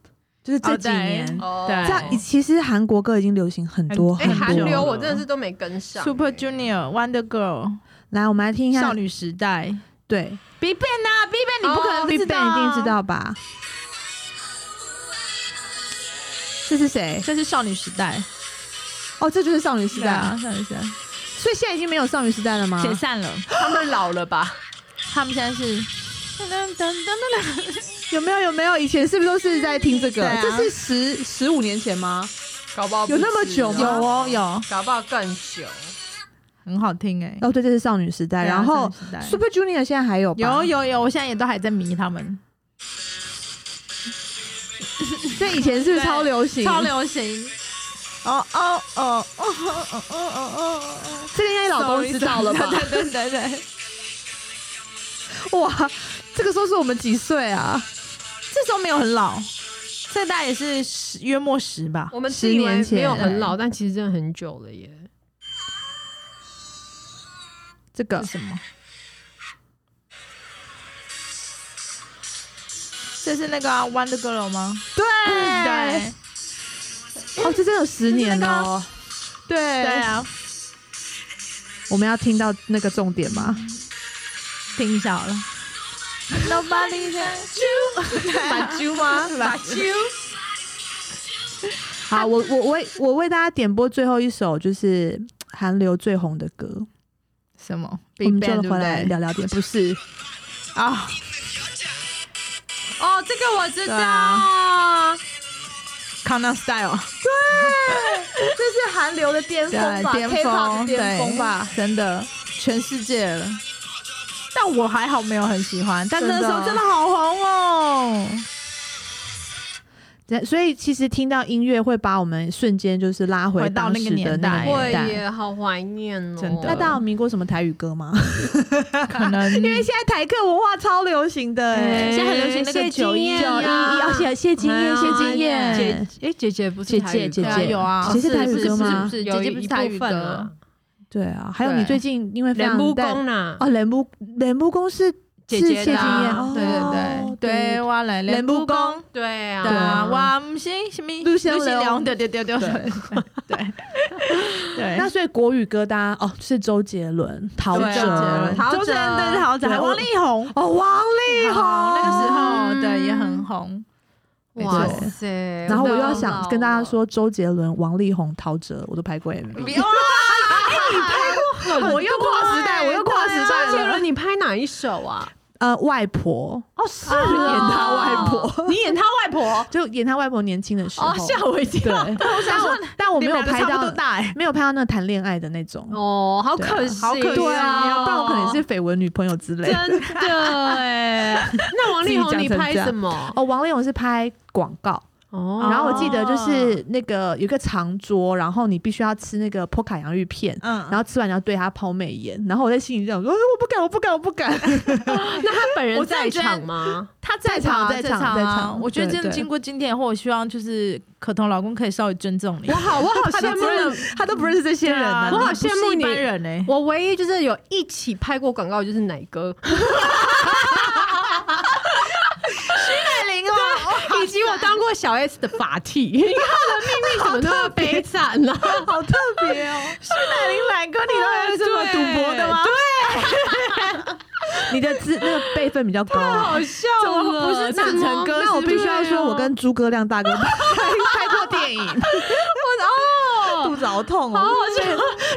Speaker 1: 就是这
Speaker 3: 哦
Speaker 1: 几
Speaker 3: 对
Speaker 1: 年，
Speaker 2: 哦
Speaker 3: 对
Speaker 1: 这样以其实韩国歌已经流行很多
Speaker 3: 很
Speaker 1: 很
Speaker 2: 哎，
Speaker 1: 多。
Speaker 2: 韩流
Speaker 3: 了
Speaker 2: 我真的是都没跟上。
Speaker 3: Super Junior、Wonder Girl、
Speaker 1: 来，我们来听一
Speaker 3: 少
Speaker 1: 下，
Speaker 3: 女时代、
Speaker 1: 对
Speaker 3: Big Bang 啊，Big Bang 你不可能
Speaker 1: ，Big
Speaker 3: 不
Speaker 1: Bang 一
Speaker 3: 啊
Speaker 1: 定知，道吧？这是谁？
Speaker 3: 这是少女时代，
Speaker 1: 哦，这就是少女时
Speaker 3: 是
Speaker 1: 代
Speaker 3: 啊，
Speaker 1: 啊！
Speaker 3: 少女时代
Speaker 1: 所以现在已经没有少女时代了吗？
Speaker 3: 解散了，
Speaker 2: 他们老了吧？
Speaker 3: 他们现在是噔噔噔噔噔噔，
Speaker 1: 有没有？有没有？以前是不是都是在听这个
Speaker 3: 对？啊
Speaker 1: 这是十十五年前吗？
Speaker 2: 搞不好不
Speaker 1: 有那么
Speaker 2: 止
Speaker 1: 久吗
Speaker 3: 有
Speaker 2: 哦
Speaker 3: 哦有，
Speaker 2: 搞不好更久。
Speaker 3: 很好听哎。
Speaker 1: 哦，对，这是少女时代。
Speaker 3: 对啊
Speaker 1: 然后
Speaker 3: 少女时代
Speaker 1: Super Junior 现在还有吧
Speaker 3: 有有有，我现在也都还在迷他们，
Speaker 1: 这以前是 不是
Speaker 3: 对
Speaker 1: 超流行，
Speaker 3: 超。流行。哦哦哦哦哦哦哦哦哦！？
Speaker 1: 这个应该老公知道了吧
Speaker 3: 对对对对，
Speaker 1: 哇，这个时候是我们几岁啊？
Speaker 3: 这时候没有很老，这大概也是十约莫十吧。
Speaker 2: 我们自
Speaker 1: 十
Speaker 2: 以为
Speaker 1: 年前
Speaker 2: 没有很老，但其实真的很久了耶。
Speaker 1: 这个
Speaker 3: 什么？这是那个、啊、Wonder Girl 吗？
Speaker 1: 对
Speaker 3: 对
Speaker 1: 哦，这真的有十年了哦。对
Speaker 3: 啊对啊，
Speaker 1: 我们要听到那个重点吗？
Speaker 3: 嗯听小了。Nobody
Speaker 2: 把揪吗？把揪。
Speaker 1: 好，我我为我为大家点播最后一首就是韩流最红的歌，
Speaker 3: 什么
Speaker 1: 我
Speaker 3: ？Big
Speaker 1: 们
Speaker 3: Bang
Speaker 1: 就
Speaker 3: 对
Speaker 1: 回来
Speaker 3: 不对？
Speaker 1: 聊聊天，不是
Speaker 3: 啊，
Speaker 2: 哦，这个我知
Speaker 3: 对
Speaker 2: 道，
Speaker 3: 啊康纳 Style
Speaker 1: 这是韩流的巅
Speaker 3: 对巅峰，对，真的全世界了。但我还好没有很喜欢，但那时候
Speaker 1: 真
Speaker 3: 真
Speaker 1: 的
Speaker 3: 的啊好红哦。
Speaker 1: 对所以其实听到音乐会把我们瞬间就是拉回
Speaker 3: 回到
Speaker 1: 当时
Speaker 3: 那个
Speaker 1: 的
Speaker 3: 年代
Speaker 1: 那个
Speaker 2: 会
Speaker 1: 年代。
Speaker 2: 耶，好怀念哦，
Speaker 3: 真的
Speaker 1: 那大家有迷过什么台语歌吗？
Speaker 3: 可能因
Speaker 1: 因为现在台客文化超流行的、欸，
Speaker 2: 哎
Speaker 3: 现在很流行那个
Speaker 2: 谢
Speaker 3: 九一
Speaker 2: 金燕
Speaker 1: 九一一，
Speaker 2: 啊
Speaker 1: 而且谢金
Speaker 2: 哎
Speaker 1: 燕，
Speaker 2: 呀
Speaker 1: 谢金
Speaker 2: 姐
Speaker 1: 燕，，
Speaker 2: 哎，姐姐不是
Speaker 1: 姐
Speaker 2: 台
Speaker 1: 姐
Speaker 2: 语
Speaker 1: 姐
Speaker 2: 歌
Speaker 1: 姐
Speaker 3: 有啊
Speaker 1: 谁是台
Speaker 2: 不
Speaker 1: 语
Speaker 2: 是
Speaker 1: 歌
Speaker 2: 不是
Speaker 1: 吗
Speaker 2: 不？是
Speaker 3: 有
Speaker 2: 姐姐
Speaker 3: 一
Speaker 2: 不是台
Speaker 3: 部
Speaker 2: 语
Speaker 3: 分啊
Speaker 2: 歌，
Speaker 1: 对啊，还有你
Speaker 3: 对
Speaker 1: 最近因为非
Speaker 2: 人
Speaker 1: 常
Speaker 2: 不
Speaker 1: 带
Speaker 2: 公啦，
Speaker 1: 哦，人不人不公是
Speaker 2: 姐
Speaker 1: 是
Speaker 2: 姐
Speaker 1: 谢金
Speaker 2: 的
Speaker 1: 燕，
Speaker 2: 啊
Speaker 1: 哦
Speaker 3: 对对对，对，我来
Speaker 1: 人
Speaker 3: 练
Speaker 1: 不
Speaker 3: 武功
Speaker 1: 公。
Speaker 2: 对
Speaker 3: 对啊，
Speaker 2: 啊，
Speaker 3: 我不是什么
Speaker 1: 陆先
Speaker 3: 陆先
Speaker 1: 龙
Speaker 3: 龙对对对对 对对对。啊
Speaker 1: 那所以国语歌单哦是周杰伦、陶
Speaker 3: 对啊
Speaker 1: 喆
Speaker 2: 陶喆
Speaker 3: 周杰伦对陶喆，
Speaker 1: 对
Speaker 3: 还有
Speaker 1: 我
Speaker 3: 王力宏，
Speaker 1: 哦，王力宏
Speaker 3: 那个时候对
Speaker 2: 嗯
Speaker 3: 也很红，没错
Speaker 2: 哇塞！
Speaker 1: 然后我又
Speaker 2: 真的
Speaker 1: 要
Speaker 2: 好
Speaker 1: 想
Speaker 2: 老
Speaker 1: 跟大家
Speaker 2: 哦，
Speaker 1: 说，周杰伦、王力宏、陶喆我都拍过 MV，
Speaker 3: 不要啊！哎，你
Speaker 1: 啊
Speaker 3: 拍过，我又跨时代，我又跨时代
Speaker 2: 周杰
Speaker 3: 了。
Speaker 2: 啊伦，你拍哪一首啊？
Speaker 1: 呃，外婆
Speaker 2: 哦，是
Speaker 3: 啊
Speaker 1: 演他外婆，
Speaker 2: 你演他外婆？
Speaker 1: 就演他外婆年轻的 时候，
Speaker 2: 哦，吓我 一
Speaker 1: 对
Speaker 2: 跳！，
Speaker 1: 但我但我没有
Speaker 3: 你们
Speaker 1: 拍
Speaker 3: 两个差不
Speaker 1: 到
Speaker 3: 多大哎，
Speaker 1: 没有拍到那谈恋爱的那种，
Speaker 2: 哦，好
Speaker 1: 对啊
Speaker 2: 可惜，
Speaker 3: 好可惜
Speaker 1: 对啊，
Speaker 2: 哦
Speaker 1: 不然我可能是绯闻女朋友之类的。
Speaker 2: 真的哎。那王力宏你拍什么？
Speaker 1: 哦，王力宏是拍广告，
Speaker 2: 哦
Speaker 1: 然后我记得就是那个有一个长桌，然后你必须要吃那个波卡洋芋片。
Speaker 3: 嗯，
Speaker 1: 然后吃完你要对他抛媚眼，然后我在心里这样说：“哎我不敢，我不敢，我不敢。
Speaker 2: 那他本人
Speaker 3: 我真
Speaker 2: 在
Speaker 3: 的觉得
Speaker 2: 场吗？
Speaker 3: 他
Speaker 1: 在场在场在场
Speaker 3: 啊我觉得
Speaker 1: 对
Speaker 3: 真的
Speaker 1: 对
Speaker 3: 经过今天以后，我希望就是可彤老公可以稍微尊重你。
Speaker 2: 我好，我好
Speaker 1: 他都
Speaker 2: 羡
Speaker 1: 不
Speaker 2: 慕你。”
Speaker 1: 他都不认识这些人呢、
Speaker 2: 我好
Speaker 3: 啊你不是
Speaker 2: 羡慕
Speaker 3: 一
Speaker 2: 你
Speaker 3: 般人欸呢。
Speaker 2: 我唯一就是有一起拍过广告就是奶哥，
Speaker 3: 太灵哦，
Speaker 2: 以及我当过小 S 的法替。 你看我的命运怎么那么悲惨啊呢？
Speaker 1: 好特别哦！
Speaker 3: 徐乃麟奶哥，你当然这么赌博的吗？
Speaker 1: 啊你的资那个辈分比较高、啊，
Speaker 2: 好笑
Speaker 3: 怎么
Speaker 2: 了，
Speaker 3: 不是
Speaker 2: 怎
Speaker 3: 志
Speaker 2: 么
Speaker 3: 成哥
Speaker 1: 那我
Speaker 3: 是不
Speaker 1: 必须要
Speaker 2: 对啊
Speaker 1: 说，我跟诸葛亮大哥拍拍过电影，
Speaker 2: 我
Speaker 1: 肚
Speaker 2: 哦，
Speaker 1: 子好痛哦
Speaker 2: 好好。笑，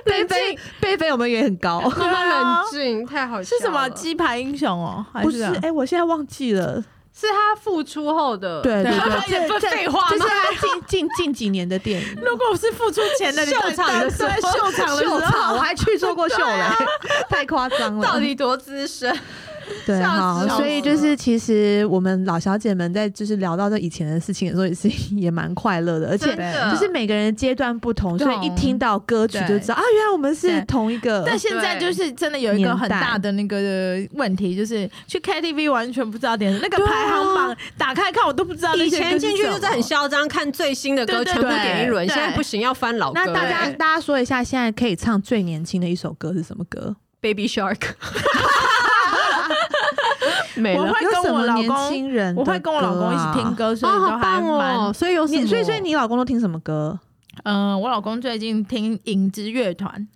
Speaker 1: 辈
Speaker 2: 冷
Speaker 1: 分
Speaker 2: 静，
Speaker 1: 辈分我们也很高，哦
Speaker 2: 妈妈
Speaker 3: 对啊
Speaker 2: 冷静，太好笑
Speaker 3: 是什
Speaker 2: 了。
Speaker 3: 么 鸡排英雄哦？还
Speaker 1: 不
Speaker 3: 是
Speaker 1: 是？
Speaker 3: 啊
Speaker 1: 哎、我现在忘记了。
Speaker 2: 是他复出后的，
Speaker 1: 对 对对，
Speaker 2: 也 不
Speaker 1: 这
Speaker 2: 废话吗
Speaker 1: 这是他近近近几年的电影。
Speaker 3: 如果我是付出钱的，你
Speaker 2: 秀场的时候
Speaker 3: 对秀场的时
Speaker 1: 秀场，我
Speaker 3: 候，
Speaker 1: 还去做过秀嘞，太夸张了。
Speaker 2: 啊到底多资深？
Speaker 1: 对
Speaker 2: 笑死
Speaker 1: 好，
Speaker 2: 我
Speaker 1: 所以就是其实我们老小姐们在就是聊到这以前的事情的时候，也是也蛮快乐的，而且
Speaker 2: 真的
Speaker 1: 就是每个人阶段不同，
Speaker 3: 对
Speaker 1: 所以一听到歌曲就知道啊，原来我们是
Speaker 3: 对
Speaker 1: 同一个。
Speaker 3: 但现在就是真的有一个很大的那个问题，就是去 KTV 完全不知道点什么那个排行
Speaker 1: 啊
Speaker 3: 榜，打开看我都不知道那
Speaker 2: 以
Speaker 3: 些歌是什么。
Speaker 2: 前进去就是很嚣张，看最新的歌
Speaker 3: 对对
Speaker 2: 全部点一轮，
Speaker 3: 对
Speaker 2: 现在不行，要翻老歌。
Speaker 1: 那大家
Speaker 2: 哎
Speaker 1: 大家说一下，现在可以唱最年轻的一首歌是什么歌？
Speaker 2: Baby Shark 没
Speaker 3: 我
Speaker 2: 了。
Speaker 3: 会
Speaker 1: 有
Speaker 3: 跟
Speaker 1: 什
Speaker 3: 我
Speaker 1: 么
Speaker 3: 老
Speaker 1: 年
Speaker 3: 公，
Speaker 1: 轻人的歌啊？
Speaker 3: 我会跟我老公一起听歌，所以
Speaker 2: 哦，
Speaker 3: 都
Speaker 2: 好
Speaker 3: 还
Speaker 2: 棒
Speaker 3: 蛮
Speaker 2: 哦！所以有什么
Speaker 1: 你所以所以你老公都听什么歌？
Speaker 3: 嗯，我老公最近听影之乐团，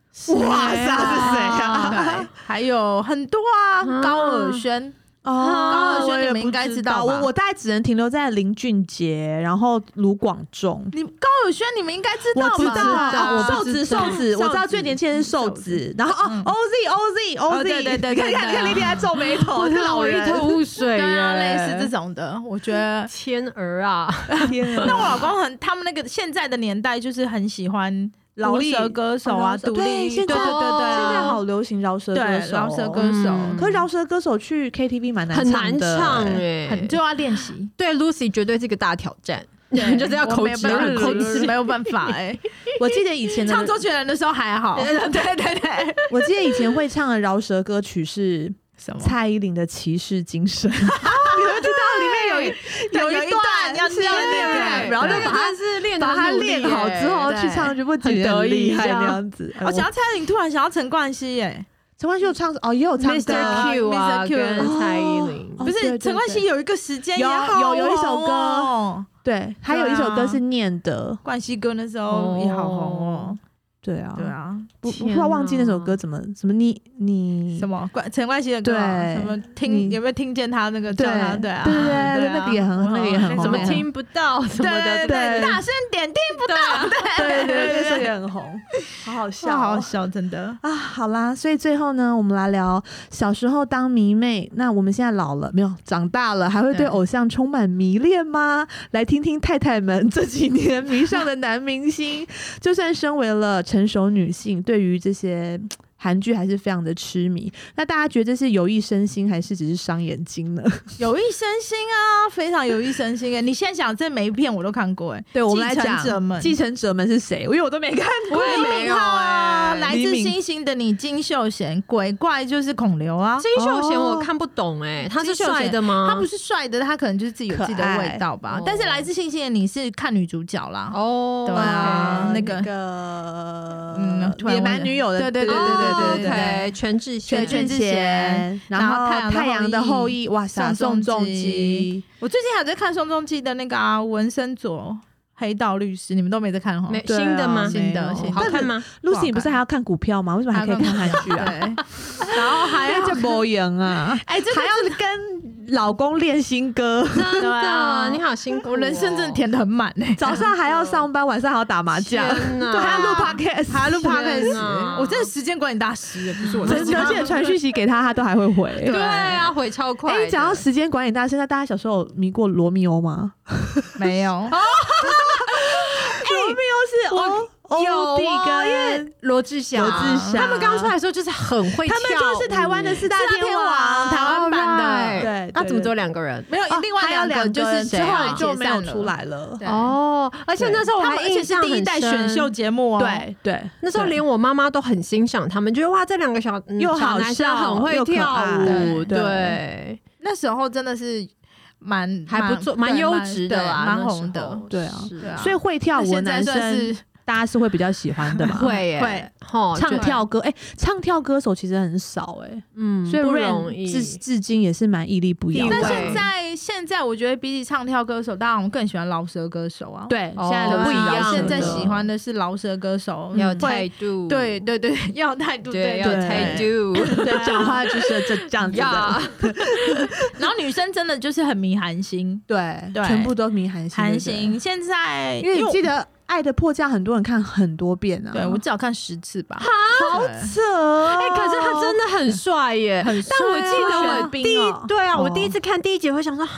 Speaker 1: 哇
Speaker 2: 塞
Speaker 1: 是谁
Speaker 3: 啊
Speaker 1: 啊？
Speaker 3: 对 还有很多啊，
Speaker 2: 啊
Speaker 3: 高尔宣，
Speaker 2: 啊
Speaker 1: 哦
Speaker 3: 高
Speaker 1: 我
Speaker 3: 尔宣
Speaker 1: 也
Speaker 3: 你们应该
Speaker 1: 不
Speaker 3: 知
Speaker 1: 知
Speaker 3: 道
Speaker 1: 道，
Speaker 3: 吧
Speaker 1: 我我大概只能停留在林俊杰，然后卢广仲。
Speaker 3: 你高尔宣你们应该知道
Speaker 1: 我
Speaker 3: 吧？
Speaker 1: 知道啊，
Speaker 2: 我
Speaker 1: 瘦
Speaker 2: 不
Speaker 1: 子
Speaker 2: 知
Speaker 1: 瘦
Speaker 2: 道
Speaker 1: 子，我知道
Speaker 3: 瘦子
Speaker 1: 最年轻人是瘦子，然后哦
Speaker 3: 嗯
Speaker 1: ，OZ OZ
Speaker 3: 哦
Speaker 1: OZ，
Speaker 3: 对对对对
Speaker 1: 你看
Speaker 3: 对
Speaker 1: 看你看啊莉莉还皱眉头，
Speaker 2: 啊 我
Speaker 1: 这
Speaker 2: 看
Speaker 1: 老
Speaker 2: 我一
Speaker 1: 人
Speaker 2: 头雾水
Speaker 3: 对
Speaker 2: 耶，
Speaker 3: 啊，类似这种的，我觉 得。
Speaker 2: 天鹅啊，
Speaker 1: 天 啊
Speaker 3: 但我老公很，他们那个现在的年代就是很喜欢
Speaker 1: 劳
Speaker 3: 饶
Speaker 1: 力
Speaker 3: 舌歌手
Speaker 1: 哦饶
Speaker 3: 啊，
Speaker 1: 舌
Speaker 3: 独
Speaker 1: 对
Speaker 3: 立，
Speaker 1: 现
Speaker 3: 对
Speaker 1: 在
Speaker 3: 对对对啊，
Speaker 1: 现在好流行饶舌歌
Speaker 3: 对
Speaker 1: 手，哦
Speaker 3: 饶舌歌手，
Speaker 2: 嗯
Speaker 1: 可是饶舌歌手去 KTV 蛮难
Speaker 2: 很难
Speaker 1: 唱的，
Speaker 2: 唱
Speaker 1: 哎
Speaker 2: 哎，
Speaker 3: 很就要练习。
Speaker 2: 对 Lucy 绝对是个大挑战，
Speaker 3: 对
Speaker 2: 就是要口齿
Speaker 3: 我没
Speaker 2: 要
Speaker 3: 有
Speaker 2: 口
Speaker 3: 办法
Speaker 2: 齿
Speaker 3: 没。有办法哎。
Speaker 1: 我记得以前的
Speaker 3: 唱周杰伦的时候还
Speaker 1: 哦
Speaker 3: 好，
Speaker 2: 对
Speaker 3: 对对对，
Speaker 1: 我记得以前会唱的饶舌歌曲是
Speaker 3: 什
Speaker 1: 蔡依林的《骑士精神》，你们知道里面有一
Speaker 3: 哎有
Speaker 1: 有
Speaker 3: 一段
Speaker 1: 要
Speaker 3: 是要
Speaker 1: 念
Speaker 3: 那
Speaker 1: 的，
Speaker 3: 个
Speaker 1: 然后就
Speaker 2: 那个
Speaker 1: 把它
Speaker 2: 真的是练得
Speaker 1: 把它
Speaker 2: 很努力哎
Speaker 1: 练好
Speaker 2: 耶
Speaker 1: 之后
Speaker 3: 对
Speaker 1: 去唱，就不
Speaker 2: 很
Speaker 1: 觉得
Speaker 2: 得
Speaker 1: 很
Speaker 2: 意
Speaker 1: 厉害
Speaker 2: 这
Speaker 1: 那
Speaker 2: 样
Speaker 1: 样子。
Speaker 3: 我哦想要蔡依林，突然想要陈冠希哎耶，
Speaker 1: 陈冠希有唱哦，也有唱歌
Speaker 2: Mr. Q 啊，
Speaker 3: Mr. Q
Speaker 2: 跟蔡依林
Speaker 1: 哦
Speaker 3: 不
Speaker 1: 对对
Speaker 3: 是陈冠希有一个时间
Speaker 1: 有
Speaker 3: 也好
Speaker 1: 有有一首
Speaker 3: 红哦，
Speaker 1: 对，还有一首歌是念的，
Speaker 3: 冠希哥那时候也好红哦，
Speaker 1: 对啊，
Speaker 3: 对，啊，
Speaker 1: 不不
Speaker 2: 天
Speaker 1: 知道忘记那首
Speaker 2: 哪
Speaker 1: 歌怎么什么你你
Speaker 3: 什么冠陈冠希的歌啊，
Speaker 1: 对
Speaker 3: 什么听
Speaker 1: 你
Speaker 3: 有没有听见他那个
Speaker 1: 对
Speaker 3: 叫他？对啊，
Speaker 1: 对对
Speaker 3: 啊
Speaker 1: 对那个也很那个也很
Speaker 3: 什
Speaker 2: 什
Speaker 1: 红
Speaker 3: 么
Speaker 2: 么
Speaker 1: 欸
Speaker 3: 听
Speaker 2: 听不到什
Speaker 3: 对
Speaker 2: 么的，
Speaker 3: 对
Speaker 1: 对
Speaker 3: 大声点听不到，
Speaker 1: 对对对，这首也很红，好好笑
Speaker 3: 笑好
Speaker 1: 哦、
Speaker 3: 好笑，真的。
Speaker 1: 啊，好啦，所以最后呢，我们来聊小时候当迷妹。那我们现在老了，没有长大了，还会对
Speaker 3: 对
Speaker 1: 偶像充满迷恋吗？来听听太太们这几年迷上的男明星。就算身为了成熟女性，对于这些嘖韩剧还是非常的痴迷。那大家觉得这是有益身心，还是只是伤眼睛呢？
Speaker 3: 有益身心啊，非常有益身心哎！你现在讲这每一片我都看过哎，
Speaker 1: 对我们来
Speaker 3: 继承
Speaker 1: 讲，
Speaker 3: 者们
Speaker 1: 继承者们是谁？因为我都没看过。
Speaker 2: 我也没有
Speaker 3: 啊，
Speaker 2: 哎、
Speaker 3: 来
Speaker 1: 黎
Speaker 3: 自
Speaker 1: 明
Speaker 3: 星星的你金秀贤，鬼怪就是孔刘啊，
Speaker 2: 金秀贤
Speaker 1: 哦
Speaker 2: 我看不懂哎、他是
Speaker 3: 金秀贤
Speaker 2: 帅的吗？
Speaker 3: 他不是帅的，他可能就是自己有自己的
Speaker 1: 可爱
Speaker 3: 味道吧
Speaker 2: 哦。
Speaker 3: 但是来自星星的你是看女主角啦，
Speaker 2: 哦，
Speaker 3: 对啊
Speaker 1: 那
Speaker 3: 那
Speaker 1: 个
Speaker 3: 个
Speaker 1: 嗯
Speaker 3: 嗯突然
Speaker 1: 野
Speaker 3: 忘
Speaker 1: 蛮
Speaker 3: 了
Speaker 1: 女友的，
Speaker 3: 对对对
Speaker 1: 对
Speaker 3: 对对对对
Speaker 2: o k 哦全智
Speaker 3: 全
Speaker 2: 贤，
Speaker 1: 全
Speaker 3: 全
Speaker 1: 智
Speaker 3: 智
Speaker 1: 贤
Speaker 3: 贤，
Speaker 1: 然后
Speaker 3: 然
Speaker 1: 太
Speaker 3: 后太
Speaker 1: 阳
Speaker 3: 阳
Speaker 1: 的
Speaker 3: 的
Speaker 1: 后
Speaker 3: 后
Speaker 1: 裔，哇塞，
Speaker 3: 宋
Speaker 1: 宋仲
Speaker 3: 仲
Speaker 1: 基
Speaker 3: 基，我最近还有在看宋仲基的那个啊，文森佐黑道律师，你们都没在看哈？
Speaker 2: 没
Speaker 1: 对啊
Speaker 2: 新的吗？
Speaker 3: 新的
Speaker 2: 哦
Speaker 3: 新的
Speaker 2: 好看吗？
Speaker 1: Lucy，你不是还要看股票吗？为什么还可以看韩剧啊？
Speaker 3: 对，然后 还要
Speaker 1: 叫博赢啊，
Speaker 3: 哎，这个
Speaker 1: 还要跟老公练新歌，
Speaker 2: 真
Speaker 3: 对啊
Speaker 2: 的，你好辛苦、哦
Speaker 3: 我人生真的。填的很满哎，
Speaker 1: 早上还要上班，晚上还要打麻将，
Speaker 2: 天哪
Speaker 1: 对啊还要录 podcast，啊
Speaker 3: 还要录 podcast，
Speaker 2: 哪
Speaker 3: 我真的时间管理大师欸耶，不是我
Speaker 1: 真的，而且传讯息给他，他都还会回。
Speaker 2: 对啊，回超快的。
Speaker 1: 哎，讲到时间管理大师，那大家小时候有迷过罗密欧吗？
Speaker 3: 没有。
Speaker 1: 罗密欧是欧欧弟哦
Speaker 2: 哦
Speaker 1: 跟
Speaker 2: 啊罗志祥，
Speaker 1: 罗志祥
Speaker 2: 他们刚出来的时候就是很会跳
Speaker 1: 他
Speaker 2: 舞，
Speaker 1: 们就是台湾的四大
Speaker 3: 四大
Speaker 1: 天
Speaker 3: 天王
Speaker 1: 台
Speaker 3: 台
Speaker 1: 湾
Speaker 3: 湾版的
Speaker 2: Alright
Speaker 1: 对
Speaker 2: 那
Speaker 1: 对
Speaker 2: 怎么
Speaker 1: 对
Speaker 2: 只有两个人？
Speaker 3: 没有
Speaker 1: 哦，
Speaker 3: 另外
Speaker 1: 还有
Speaker 3: 个
Speaker 1: 两
Speaker 3: 就是谁
Speaker 1: 之后
Speaker 3: 啊
Speaker 1: 来就没有
Speaker 3: 解散了
Speaker 1: 出来了。
Speaker 3: 对
Speaker 2: 哦，而且那时候我
Speaker 3: 他
Speaker 2: 还
Speaker 3: 们而且
Speaker 2: 印
Speaker 3: 是
Speaker 2: 象很
Speaker 3: 第一代
Speaker 2: 深
Speaker 3: 选秀，节目哦，，
Speaker 1: 对对，
Speaker 2: 那时候
Speaker 1: 对
Speaker 2: 连我妈妈都很欣赏他们，觉得哇，这两个小嗯
Speaker 1: 又好
Speaker 2: 小男生
Speaker 1: 笑
Speaker 2: 很会
Speaker 1: 又可
Speaker 2: 跳
Speaker 1: 爱
Speaker 2: 舞，
Speaker 1: 对
Speaker 2: 对，
Speaker 3: 那时候真的是蛮
Speaker 2: 还不错，蛮优质的啊啦，
Speaker 3: 蛮红的。
Speaker 1: 对啊
Speaker 2: 是
Speaker 3: 对啊
Speaker 1: 所以会跳舞的
Speaker 3: 现在
Speaker 1: 男
Speaker 3: 算
Speaker 1: 生
Speaker 3: 是
Speaker 1: 大家是会比较喜欢的嘛？
Speaker 2: 会耶，
Speaker 3: 会
Speaker 2: 吼
Speaker 1: 唱
Speaker 2: 就
Speaker 1: 跳歌，哎，唱跳歌手其实很少哎，
Speaker 2: 嗯，
Speaker 1: 所以
Speaker 2: 不容
Speaker 1: Rain
Speaker 2: 易，
Speaker 1: 至至今也是蛮屹立不摇
Speaker 2: 地
Speaker 1: 的。
Speaker 2: 位
Speaker 3: 但现在现在我觉得比起唱跳歌手，大家我更喜欢饶舌歌手啊。
Speaker 1: 对
Speaker 2: 哦
Speaker 1: 现在
Speaker 3: 对
Speaker 1: 的
Speaker 3: 啊，
Speaker 2: 不一样
Speaker 3: 现在
Speaker 2: 了
Speaker 3: 喜欢的是饶舌歌手，
Speaker 2: 要有
Speaker 3: 嗯
Speaker 2: 态度，
Speaker 3: 对对对，要有态度，
Speaker 2: 对，
Speaker 3: 对
Speaker 2: 要有
Speaker 1: 对
Speaker 2: 态度，
Speaker 3: 啊
Speaker 1: 对讲话就是这这样子的，
Speaker 2: 呀，
Speaker 3: 然后女生真的就是很迷韩星，
Speaker 1: 对
Speaker 3: 对
Speaker 1: 全部都迷韩星。
Speaker 3: 韩
Speaker 1: 对不对，
Speaker 3: 星现在
Speaker 1: 因为你
Speaker 3: 我
Speaker 1: 记得《爱的迫降》，很多人看很多遍啊。
Speaker 3: 对我至少看十次吧，
Speaker 1: 好扯哦！
Speaker 2: 哎，
Speaker 1: 哎
Speaker 2: 可是他真的很帅耶，
Speaker 3: 很
Speaker 2: 但我
Speaker 1: 帅
Speaker 2: 记
Speaker 1: 啊
Speaker 2: 得
Speaker 1: 玄
Speaker 2: 我第
Speaker 1: 彬
Speaker 2: 一
Speaker 1: 哦
Speaker 2: 对啊，我
Speaker 1: 哦
Speaker 2: 第一次看第一集，我会想说啊，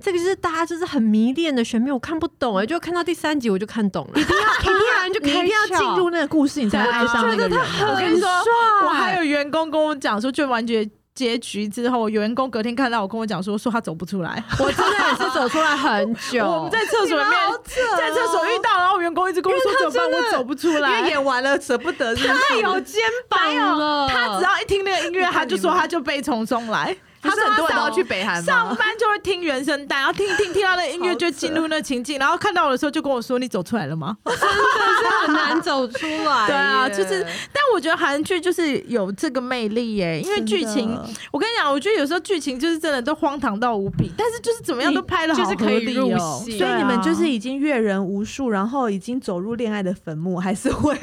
Speaker 2: 这个就是大家就是很迷恋的选美，我看不懂哎，就看到第三集我就看懂了，一定要一定 要就
Speaker 1: 你一
Speaker 2: 开
Speaker 1: 定要
Speaker 2: 窍
Speaker 1: 进入那个故事，你才会爱上那个人啊。
Speaker 3: 我跟你说
Speaker 2: 帅
Speaker 3: 我还有员工跟我讲说，就完结结局之后，有员工隔天看到我跟我讲说，说他走不出来。
Speaker 2: 我真的也是走出来很久，
Speaker 3: 我们在厕所里面，
Speaker 1: 哦
Speaker 3: 在厕所遇到，然后员工一直跟我说怎么办，我走不出来。
Speaker 1: 演完了舍不得，
Speaker 3: 太有肩
Speaker 2: 没有了
Speaker 3: 他只要一听那个音乐，他就说他就悲从中来。
Speaker 1: 不是很多人都要去北
Speaker 3: 他
Speaker 1: 韩
Speaker 3: 上
Speaker 1: 吗
Speaker 3: 上？班就会听原声带，然后听一听听到那音乐就进入那情境，然后看到我的时候就跟我说你走出来了吗？
Speaker 2: 真的很难走出来耶，
Speaker 3: 对啊，就是，但我觉得韩剧就是有这个魅力耶，因为剧情我跟你讲，我觉得有时候剧情就是真的都荒唐到无比，但是就是怎么样都拍的好
Speaker 2: 就是可以入
Speaker 3: 合理哦
Speaker 2: 戏
Speaker 1: 所以你们就
Speaker 3: 对
Speaker 1: 是已经阅人无数，然后已经走入恋爱的坟墓，还是会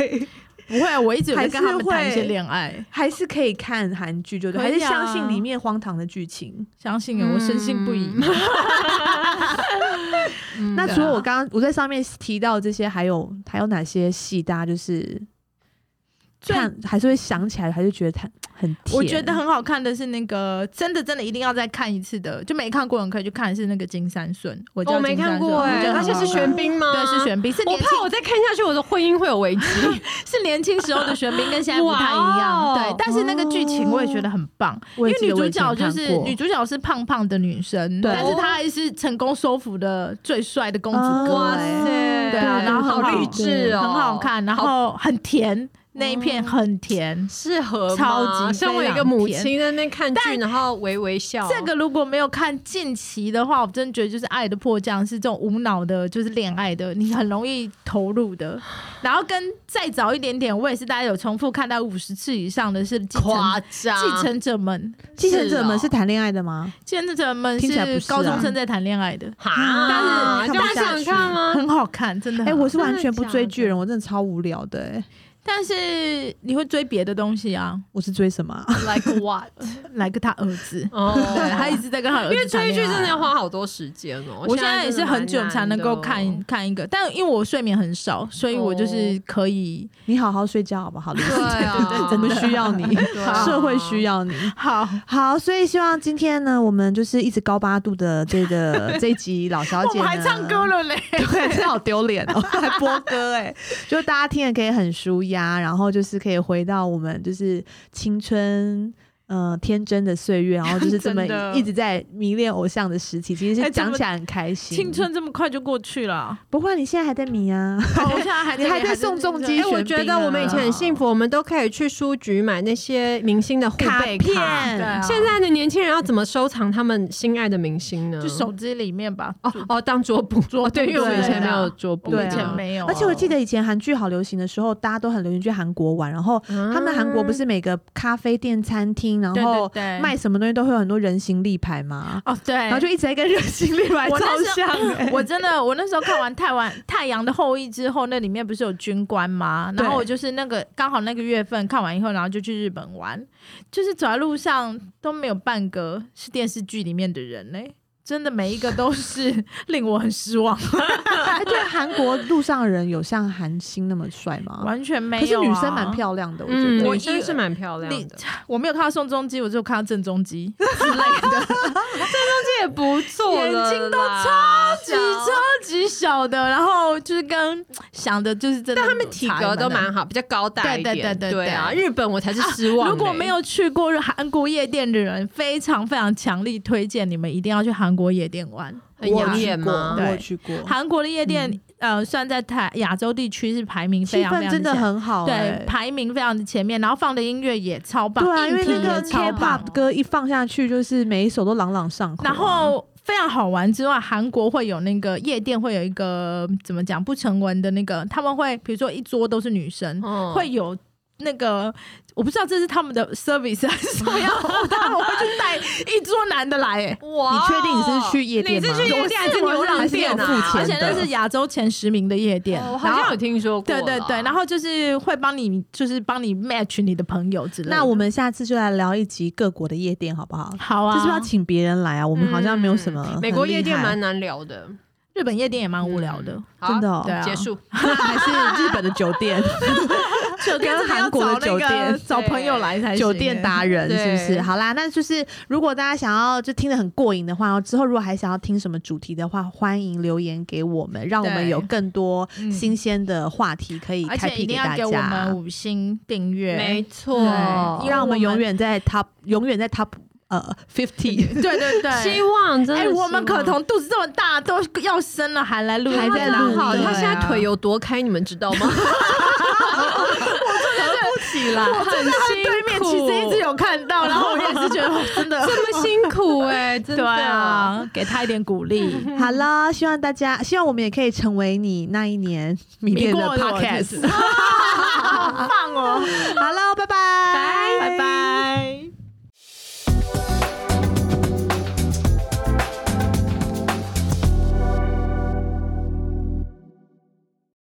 Speaker 3: 不会，啊我一直有
Speaker 1: 还
Speaker 3: 在
Speaker 1: 是
Speaker 3: 跟他们谈一些
Speaker 1: 会
Speaker 3: 恋爱，
Speaker 1: 还是可以看韩剧，就对，
Speaker 3: 可
Speaker 1: 还
Speaker 3: 以啊
Speaker 1: 是相信里面荒唐的剧情。
Speaker 3: 相信我，我深信不疑。
Speaker 2: 嗯
Speaker 1: 那
Speaker 3: 对
Speaker 1: 除了
Speaker 3: 啊
Speaker 1: 我刚刚我在上面提到这些，还有还有哪些戏大家就是
Speaker 3: 最
Speaker 1: 看还是会想起来，还是觉得它很甜？
Speaker 3: 我觉得很好看的是那个，真的真的一定要再看一次的，就没看过的人可以去看，是那个金山顺，我叫
Speaker 2: 我没
Speaker 3: 金
Speaker 2: 看
Speaker 3: 三顺
Speaker 2: 过
Speaker 3: 我觉
Speaker 2: 哎，
Speaker 3: 得
Speaker 2: 而
Speaker 3: 很
Speaker 2: 且
Speaker 3: 好
Speaker 2: 是
Speaker 3: 看
Speaker 2: 玄彬吗？
Speaker 3: 对是。玄彬，是
Speaker 2: 我
Speaker 3: 年轻
Speaker 2: 怕我再看下去，我的婚姻会有危机。
Speaker 3: 是年轻时候的玄彬跟现在不太一
Speaker 2: 哇
Speaker 3: 样，
Speaker 2: 哦
Speaker 3: 对，但是那个剧情我也觉得很棒，因
Speaker 1: 我也
Speaker 3: 为
Speaker 1: 记
Speaker 3: 女
Speaker 1: 得我
Speaker 3: 主
Speaker 1: 以前看
Speaker 3: 角
Speaker 1: 过，
Speaker 3: 就是女主角是胖胖的女生，
Speaker 1: 对
Speaker 3: 但是她还是成功收服了最帅的公子哥，
Speaker 1: 哇
Speaker 2: 哦哇
Speaker 3: 哎
Speaker 2: 塞，
Speaker 3: 对啊然后
Speaker 2: 好
Speaker 3: 很好
Speaker 2: 励志哦，
Speaker 3: 很好看，然后很甜，那一片很甜。
Speaker 2: 适合吗
Speaker 3: 超级
Speaker 2: 身为一个
Speaker 3: 非常
Speaker 2: 母
Speaker 3: 甜
Speaker 2: 亲在那边看剧，
Speaker 3: 但
Speaker 2: 然后微微笑，
Speaker 3: 这个如果没有看近期的话，我真的觉得就是《爱的迫降》是这种无脑的，就是恋爱的，你很容易投入 的。然后跟再早一点点，我也是大家有重复看到五十次以上的是继
Speaker 2: 夸
Speaker 3: 承
Speaker 2: 张，
Speaker 3: 继承者们，
Speaker 1: 继承者们
Speaker 2: 是
Speaker 1: 是
Speaker 2: 哦
Speaker 1: 谈恋爱的吗？
Speaker 3: 现在人们
Speaker 1: 听起来不
Speaker 3: 是
Speaker 1: 是啊
Speaker 3: 高中生在谈恋爱的，
Speaker 2: 哈，
Speaker 1: 但是
Speaker 2: 大
Speaker 1: 看不
Speaker 2: 家
Speaker 1: 下
Speaker 2: 想
Speaker 1: 去
Speaker 2: 看 吗？
Speaker 3: 很好看，真的
Speaker 1: 哎、
Speaker 3: 很好看。
Speaker 1: 我是完
Speaker 2: 真的
Speaker 1: 全不
Speaker 2: 假
Speaker 1: 追剧
Speaker 2: 的
Speaker 1: 人，我真的超无聊的、哎
Speaker 3: 但是你会追别的东西啊
Speaker 1: 我是追什么啊、
Speaker 2: ，like what？
Speaker 3: ，like 他儿子，
Speaker 2: 哦，
Speaker 3: 对他一直在跟他儿
Speaker 2: 因
Speaker 3: 子
Speaker 2: 为
Speaker 3: 谈
Speaker 2: 追剧
Speaker 3: 恋爱
Speaker 2: 真的要花好多时间哦。
Speaker 3: 我现在也
Speaker 2: 真
Speaker 3: 是
Speaker 2: 的蛮
Speaker 3: 很久才能够
Speaker 2: 难
Speaker 3: 看
Speaker 2: 的。
Speaker 3: 看一哦个，但因为我睡眠很少，所以我就是可以、
Speaker 1: 你好好睡觉好不好？
Speaker 2: 对 啊，
Speaker 1: 哦我们需要你，
Speaker 2: 对啊
Speaker 1: 社会需要你。
Speaker 3: 好。
Speaker 1: 好，所以希望今天呢，我们就是一直高八度的这 个这一集老小
Speaker 3: 我
Speaker 1: 姐，
Speaker 3: 们还唱歌。了嘞！
Speaker 1: 对，真好丢脸 哦，还播歌哎、就大家听了可以很舒压，然后就是可以回到我们就是青春。呃，天真的岁月，然后 就是这么
Speaker 3: 真的
Speaker 1: 一直在迷恋偶像的时期，其实
Speaker 3: 哎
Speaker 1: 是
Speaker 3: 怎
Speaker 1: 讲
Speaker 3: 么
Speaker 1: 起来很开心。
Speaker 3: 青春这么快就过去了，
Speaker 1: 不会，你现在还在迷 啊？
Speaker 3: 好我现在还
Speaker 1: 你还在宋仲基
Speaker 2: 哎、
Speaker 1: 选
Speaker 2: 我觉
Speaker 1: 兵
Speaker 2: 得
Speaker 1: 啊
Speaker 2: 我们以前很幸福，我们都可以去书局买那些明星的护
Speaker 1: 卡
Speaker 2: 贝
Speaker 1: 片
Speaker 3: 对啊
Speaker 2: 现在的年轻人要怎么收藏他们心爱的明星呢？
Speaker 3: 就手机里面吧。
Speaker 2: 哦哦，当桌布，哦，对，因为我们以前没有桌布，
Speaker 3: 我们
Speaker 1: 对啊
Speaker 3: 以前没有，
Speaker 1: 而且我记得以前韩剧好流行的时候，大家都很流行去韩国玩，然后
Speaker 2: 嗯
Speaker 1: 他们韩国不是每个咖啡店、餐厅，然
Speaker 3: 对
Speaker 1: 后
Speaker 3: 对对
Speaker 1: 卖什么东西都会有很多人形立牌嘛，
Speaker 3: 哦，对，
Speaker 1: 然后就一直在跟人形立牌照
Speaker 3: 我那时
Speaker 1: 相、
Speaker 3: 嗯
Speaker 1: 欸。
Speaker 3: 我真的，我那时候看完太晚 《太阳的后裔》之后，那里面不是有军官吗？然后
Speaker 1: 对
Speaker 3: 我就是那个刚好那个月份看完以后，然后就去日本玩，就是走在路上都没有半个是电视剧里面的人嘞、真的每一个都是 令我很失望，
Speaker 1: 哎，对，韩国路上的人有像韩星那么帅吗？
Speaker 3: 完哦全没有、
Speaker 1: 啊可
Speaker 3: 啊
Speaker 1: 是女生蛮，漂亮的，我觉
Speaker 2: 嗯，
Speaker 1: 得。
Speaker 3: 我
Speaker 2: 女生
Speaker 3: 一
Speaker 2: 是蛮漂亮的，
Speaker 3: 我没有看到宋仲基，我只有看到郑中基之类的，
Speaker 2: 这也不错
Speaker 3: 眼
Speaker 2: 了
Speaker 3: 睛都
Speaker 2: 啦
Speaker 3: 超超级小的，然后就是跟想的就是真的，
Speaker 2: 但他们体格都蛮好，比较高大一点。
Speaker 3: 对对对对
Speaker 2: 对啊，
Speaker 3: 对
Speaker 2: 日本我才是失
Speaker 1: 欸
Speaker 2: 望、
Speaker 3: 如果没，有去过韩国夜店的人，非常非常强力推荐你们一定要去韩国夜店玩。
Speaker 2: 很养眼
Speaker 1: 吗？
Speaker 2: 吗？
Speaker 1: 我
Speaker 3: 对
Speaker 1: 有去过，
Speaker 3: 韩国的夜店，呃，算在台亚洲地区是排名非
Speaker 1: 嗯气
Speaker 3: 常非
Speaker 1: 氛
Speaker 3: 常
Speaker 1: 真的
Speaker 3: 前
Speaker 1: 很好、
Speaker 3: 对
Speaker 1: 欸，，
Speaker 3: 排名非常的前面，然后放的音乐也超棒，
Speaker 1: 对啊，因
Speaker 3: 硬
Speaker 1: 为
Speaker 3: 体
Speaker 1: 那个
Speaker 3: 也超棒
Speaker 1: K-pop 啊歌一放下去，就是每一首都朗朗上口啊、
Speaker 3: 然后。非常好玩之外，韩国会有那个夜店，会有一个怎么讲不成文的那个，他们会比如说一桌都是女生，
Speaker 2: 嗯
Speaker 3: 会有那个我不知道这是他们的 service 还是什么样，他们会去带一桌男的来、哎，
Speaker 2: 哇哦
Speaker 1: 你确定你是去夜店吗
Speaker 2: 你是去夜店还啊是
Speaker 3: 我
Speaker 2: 牛郎
Speaker 1: 还是有
Speaker 2: 店啊？
Speaker 1: 付钱
Speaker 3: 而且那是亚洲前十名的夜店，
Speaker 2: 哦我好
Speaker 3: 然
Speaker 2: 像
Speaker 3: 后
Speaker 2: 有听说过。
Speaker 3: 对对对，然
Speaker 2: 后
Speaker 3: 后就是会帮你，就是帮你 match 你的朋友之类的。
Speaker 1: 那我们下次就来聊一集各国的夜店，好不好？
Speaker 3: 好啊，
Speaker 1: 就是不是要请别人来啊？我们好像没有什么很厉害、
Speaker 2: 嗯美国夜店蛮难聊的，
Speaker 3: 日本夜店也蛮无聊的，
Speaker 2: 好
Speaker 1: 真的、哦
Speaker 3: 对，啊
Speaker 2: 结束。
Speaker 1: 那还是日本的酒 店，
Speaker 3: 酒
Speaker 1: 跟韩国的酒店
Speaker 3: 找朋友来才行
Speaker 1: 酒店达人是不是？
Speaker 2: 对
Speaker 1: 好啦，那就是如果大家想要就听得很过瘾的话，之后如果还想要听什么主题的话，欢迎留言给我们，让我们
Speaker 3: 对
Speaker 1: 有更多
Speaker 3: 嗯
Speaker 1: 新鲜的话题可以
Speaker 3: 而
Speaker 1: 开
Speaker 3: 且
Speaker 1: 辟
Speaker 3: 一定要
Speaker 1: 大
Speaker 3: 给我们
Speaker 1: 家，
Speaker 3: 五星订阅
Speaker 2: 没。错，
Speaker 3: 对
Speaker 1: 让我们
Speaker 3: 我们
Speaker 1: 永远在 top，永远在 top 呃 fifty。
Speaker 3: 对对对，
Speaker 2: 希望真的
Speaker 3: 哎、
Speaker 2: 希望。
Speaker 3: 我们可彤肚子这么大，都要生了，还来录，
Speaker 1: 还在录
Speaker 2: 好，
Speaker 1: 对啊
Speaker 2: 他现在腿有多开，你们知道吗？
Speaker 1: 起啦！
Speaker 3: 我真的
Speaker 2: 很辛苦
Speaker 3: 对面其实一直有看到，然后我也是觉 得真的，
Speaker 2: 这么辛苦哎，真
Speaker 3: 对
Speaker 2: 的。
Speaker 3: 啊，给他一点鼓励。
Speaker 1: 好了，希望大家，希望我们也可以成为你那一年迷恋的
Speaker 3: 迷过的我 就是
Speaker 1: podcast。
Speaker 3: 好棒哦！
Speaker 1: 好了，拜拜，
Speaker 3: 拜拜。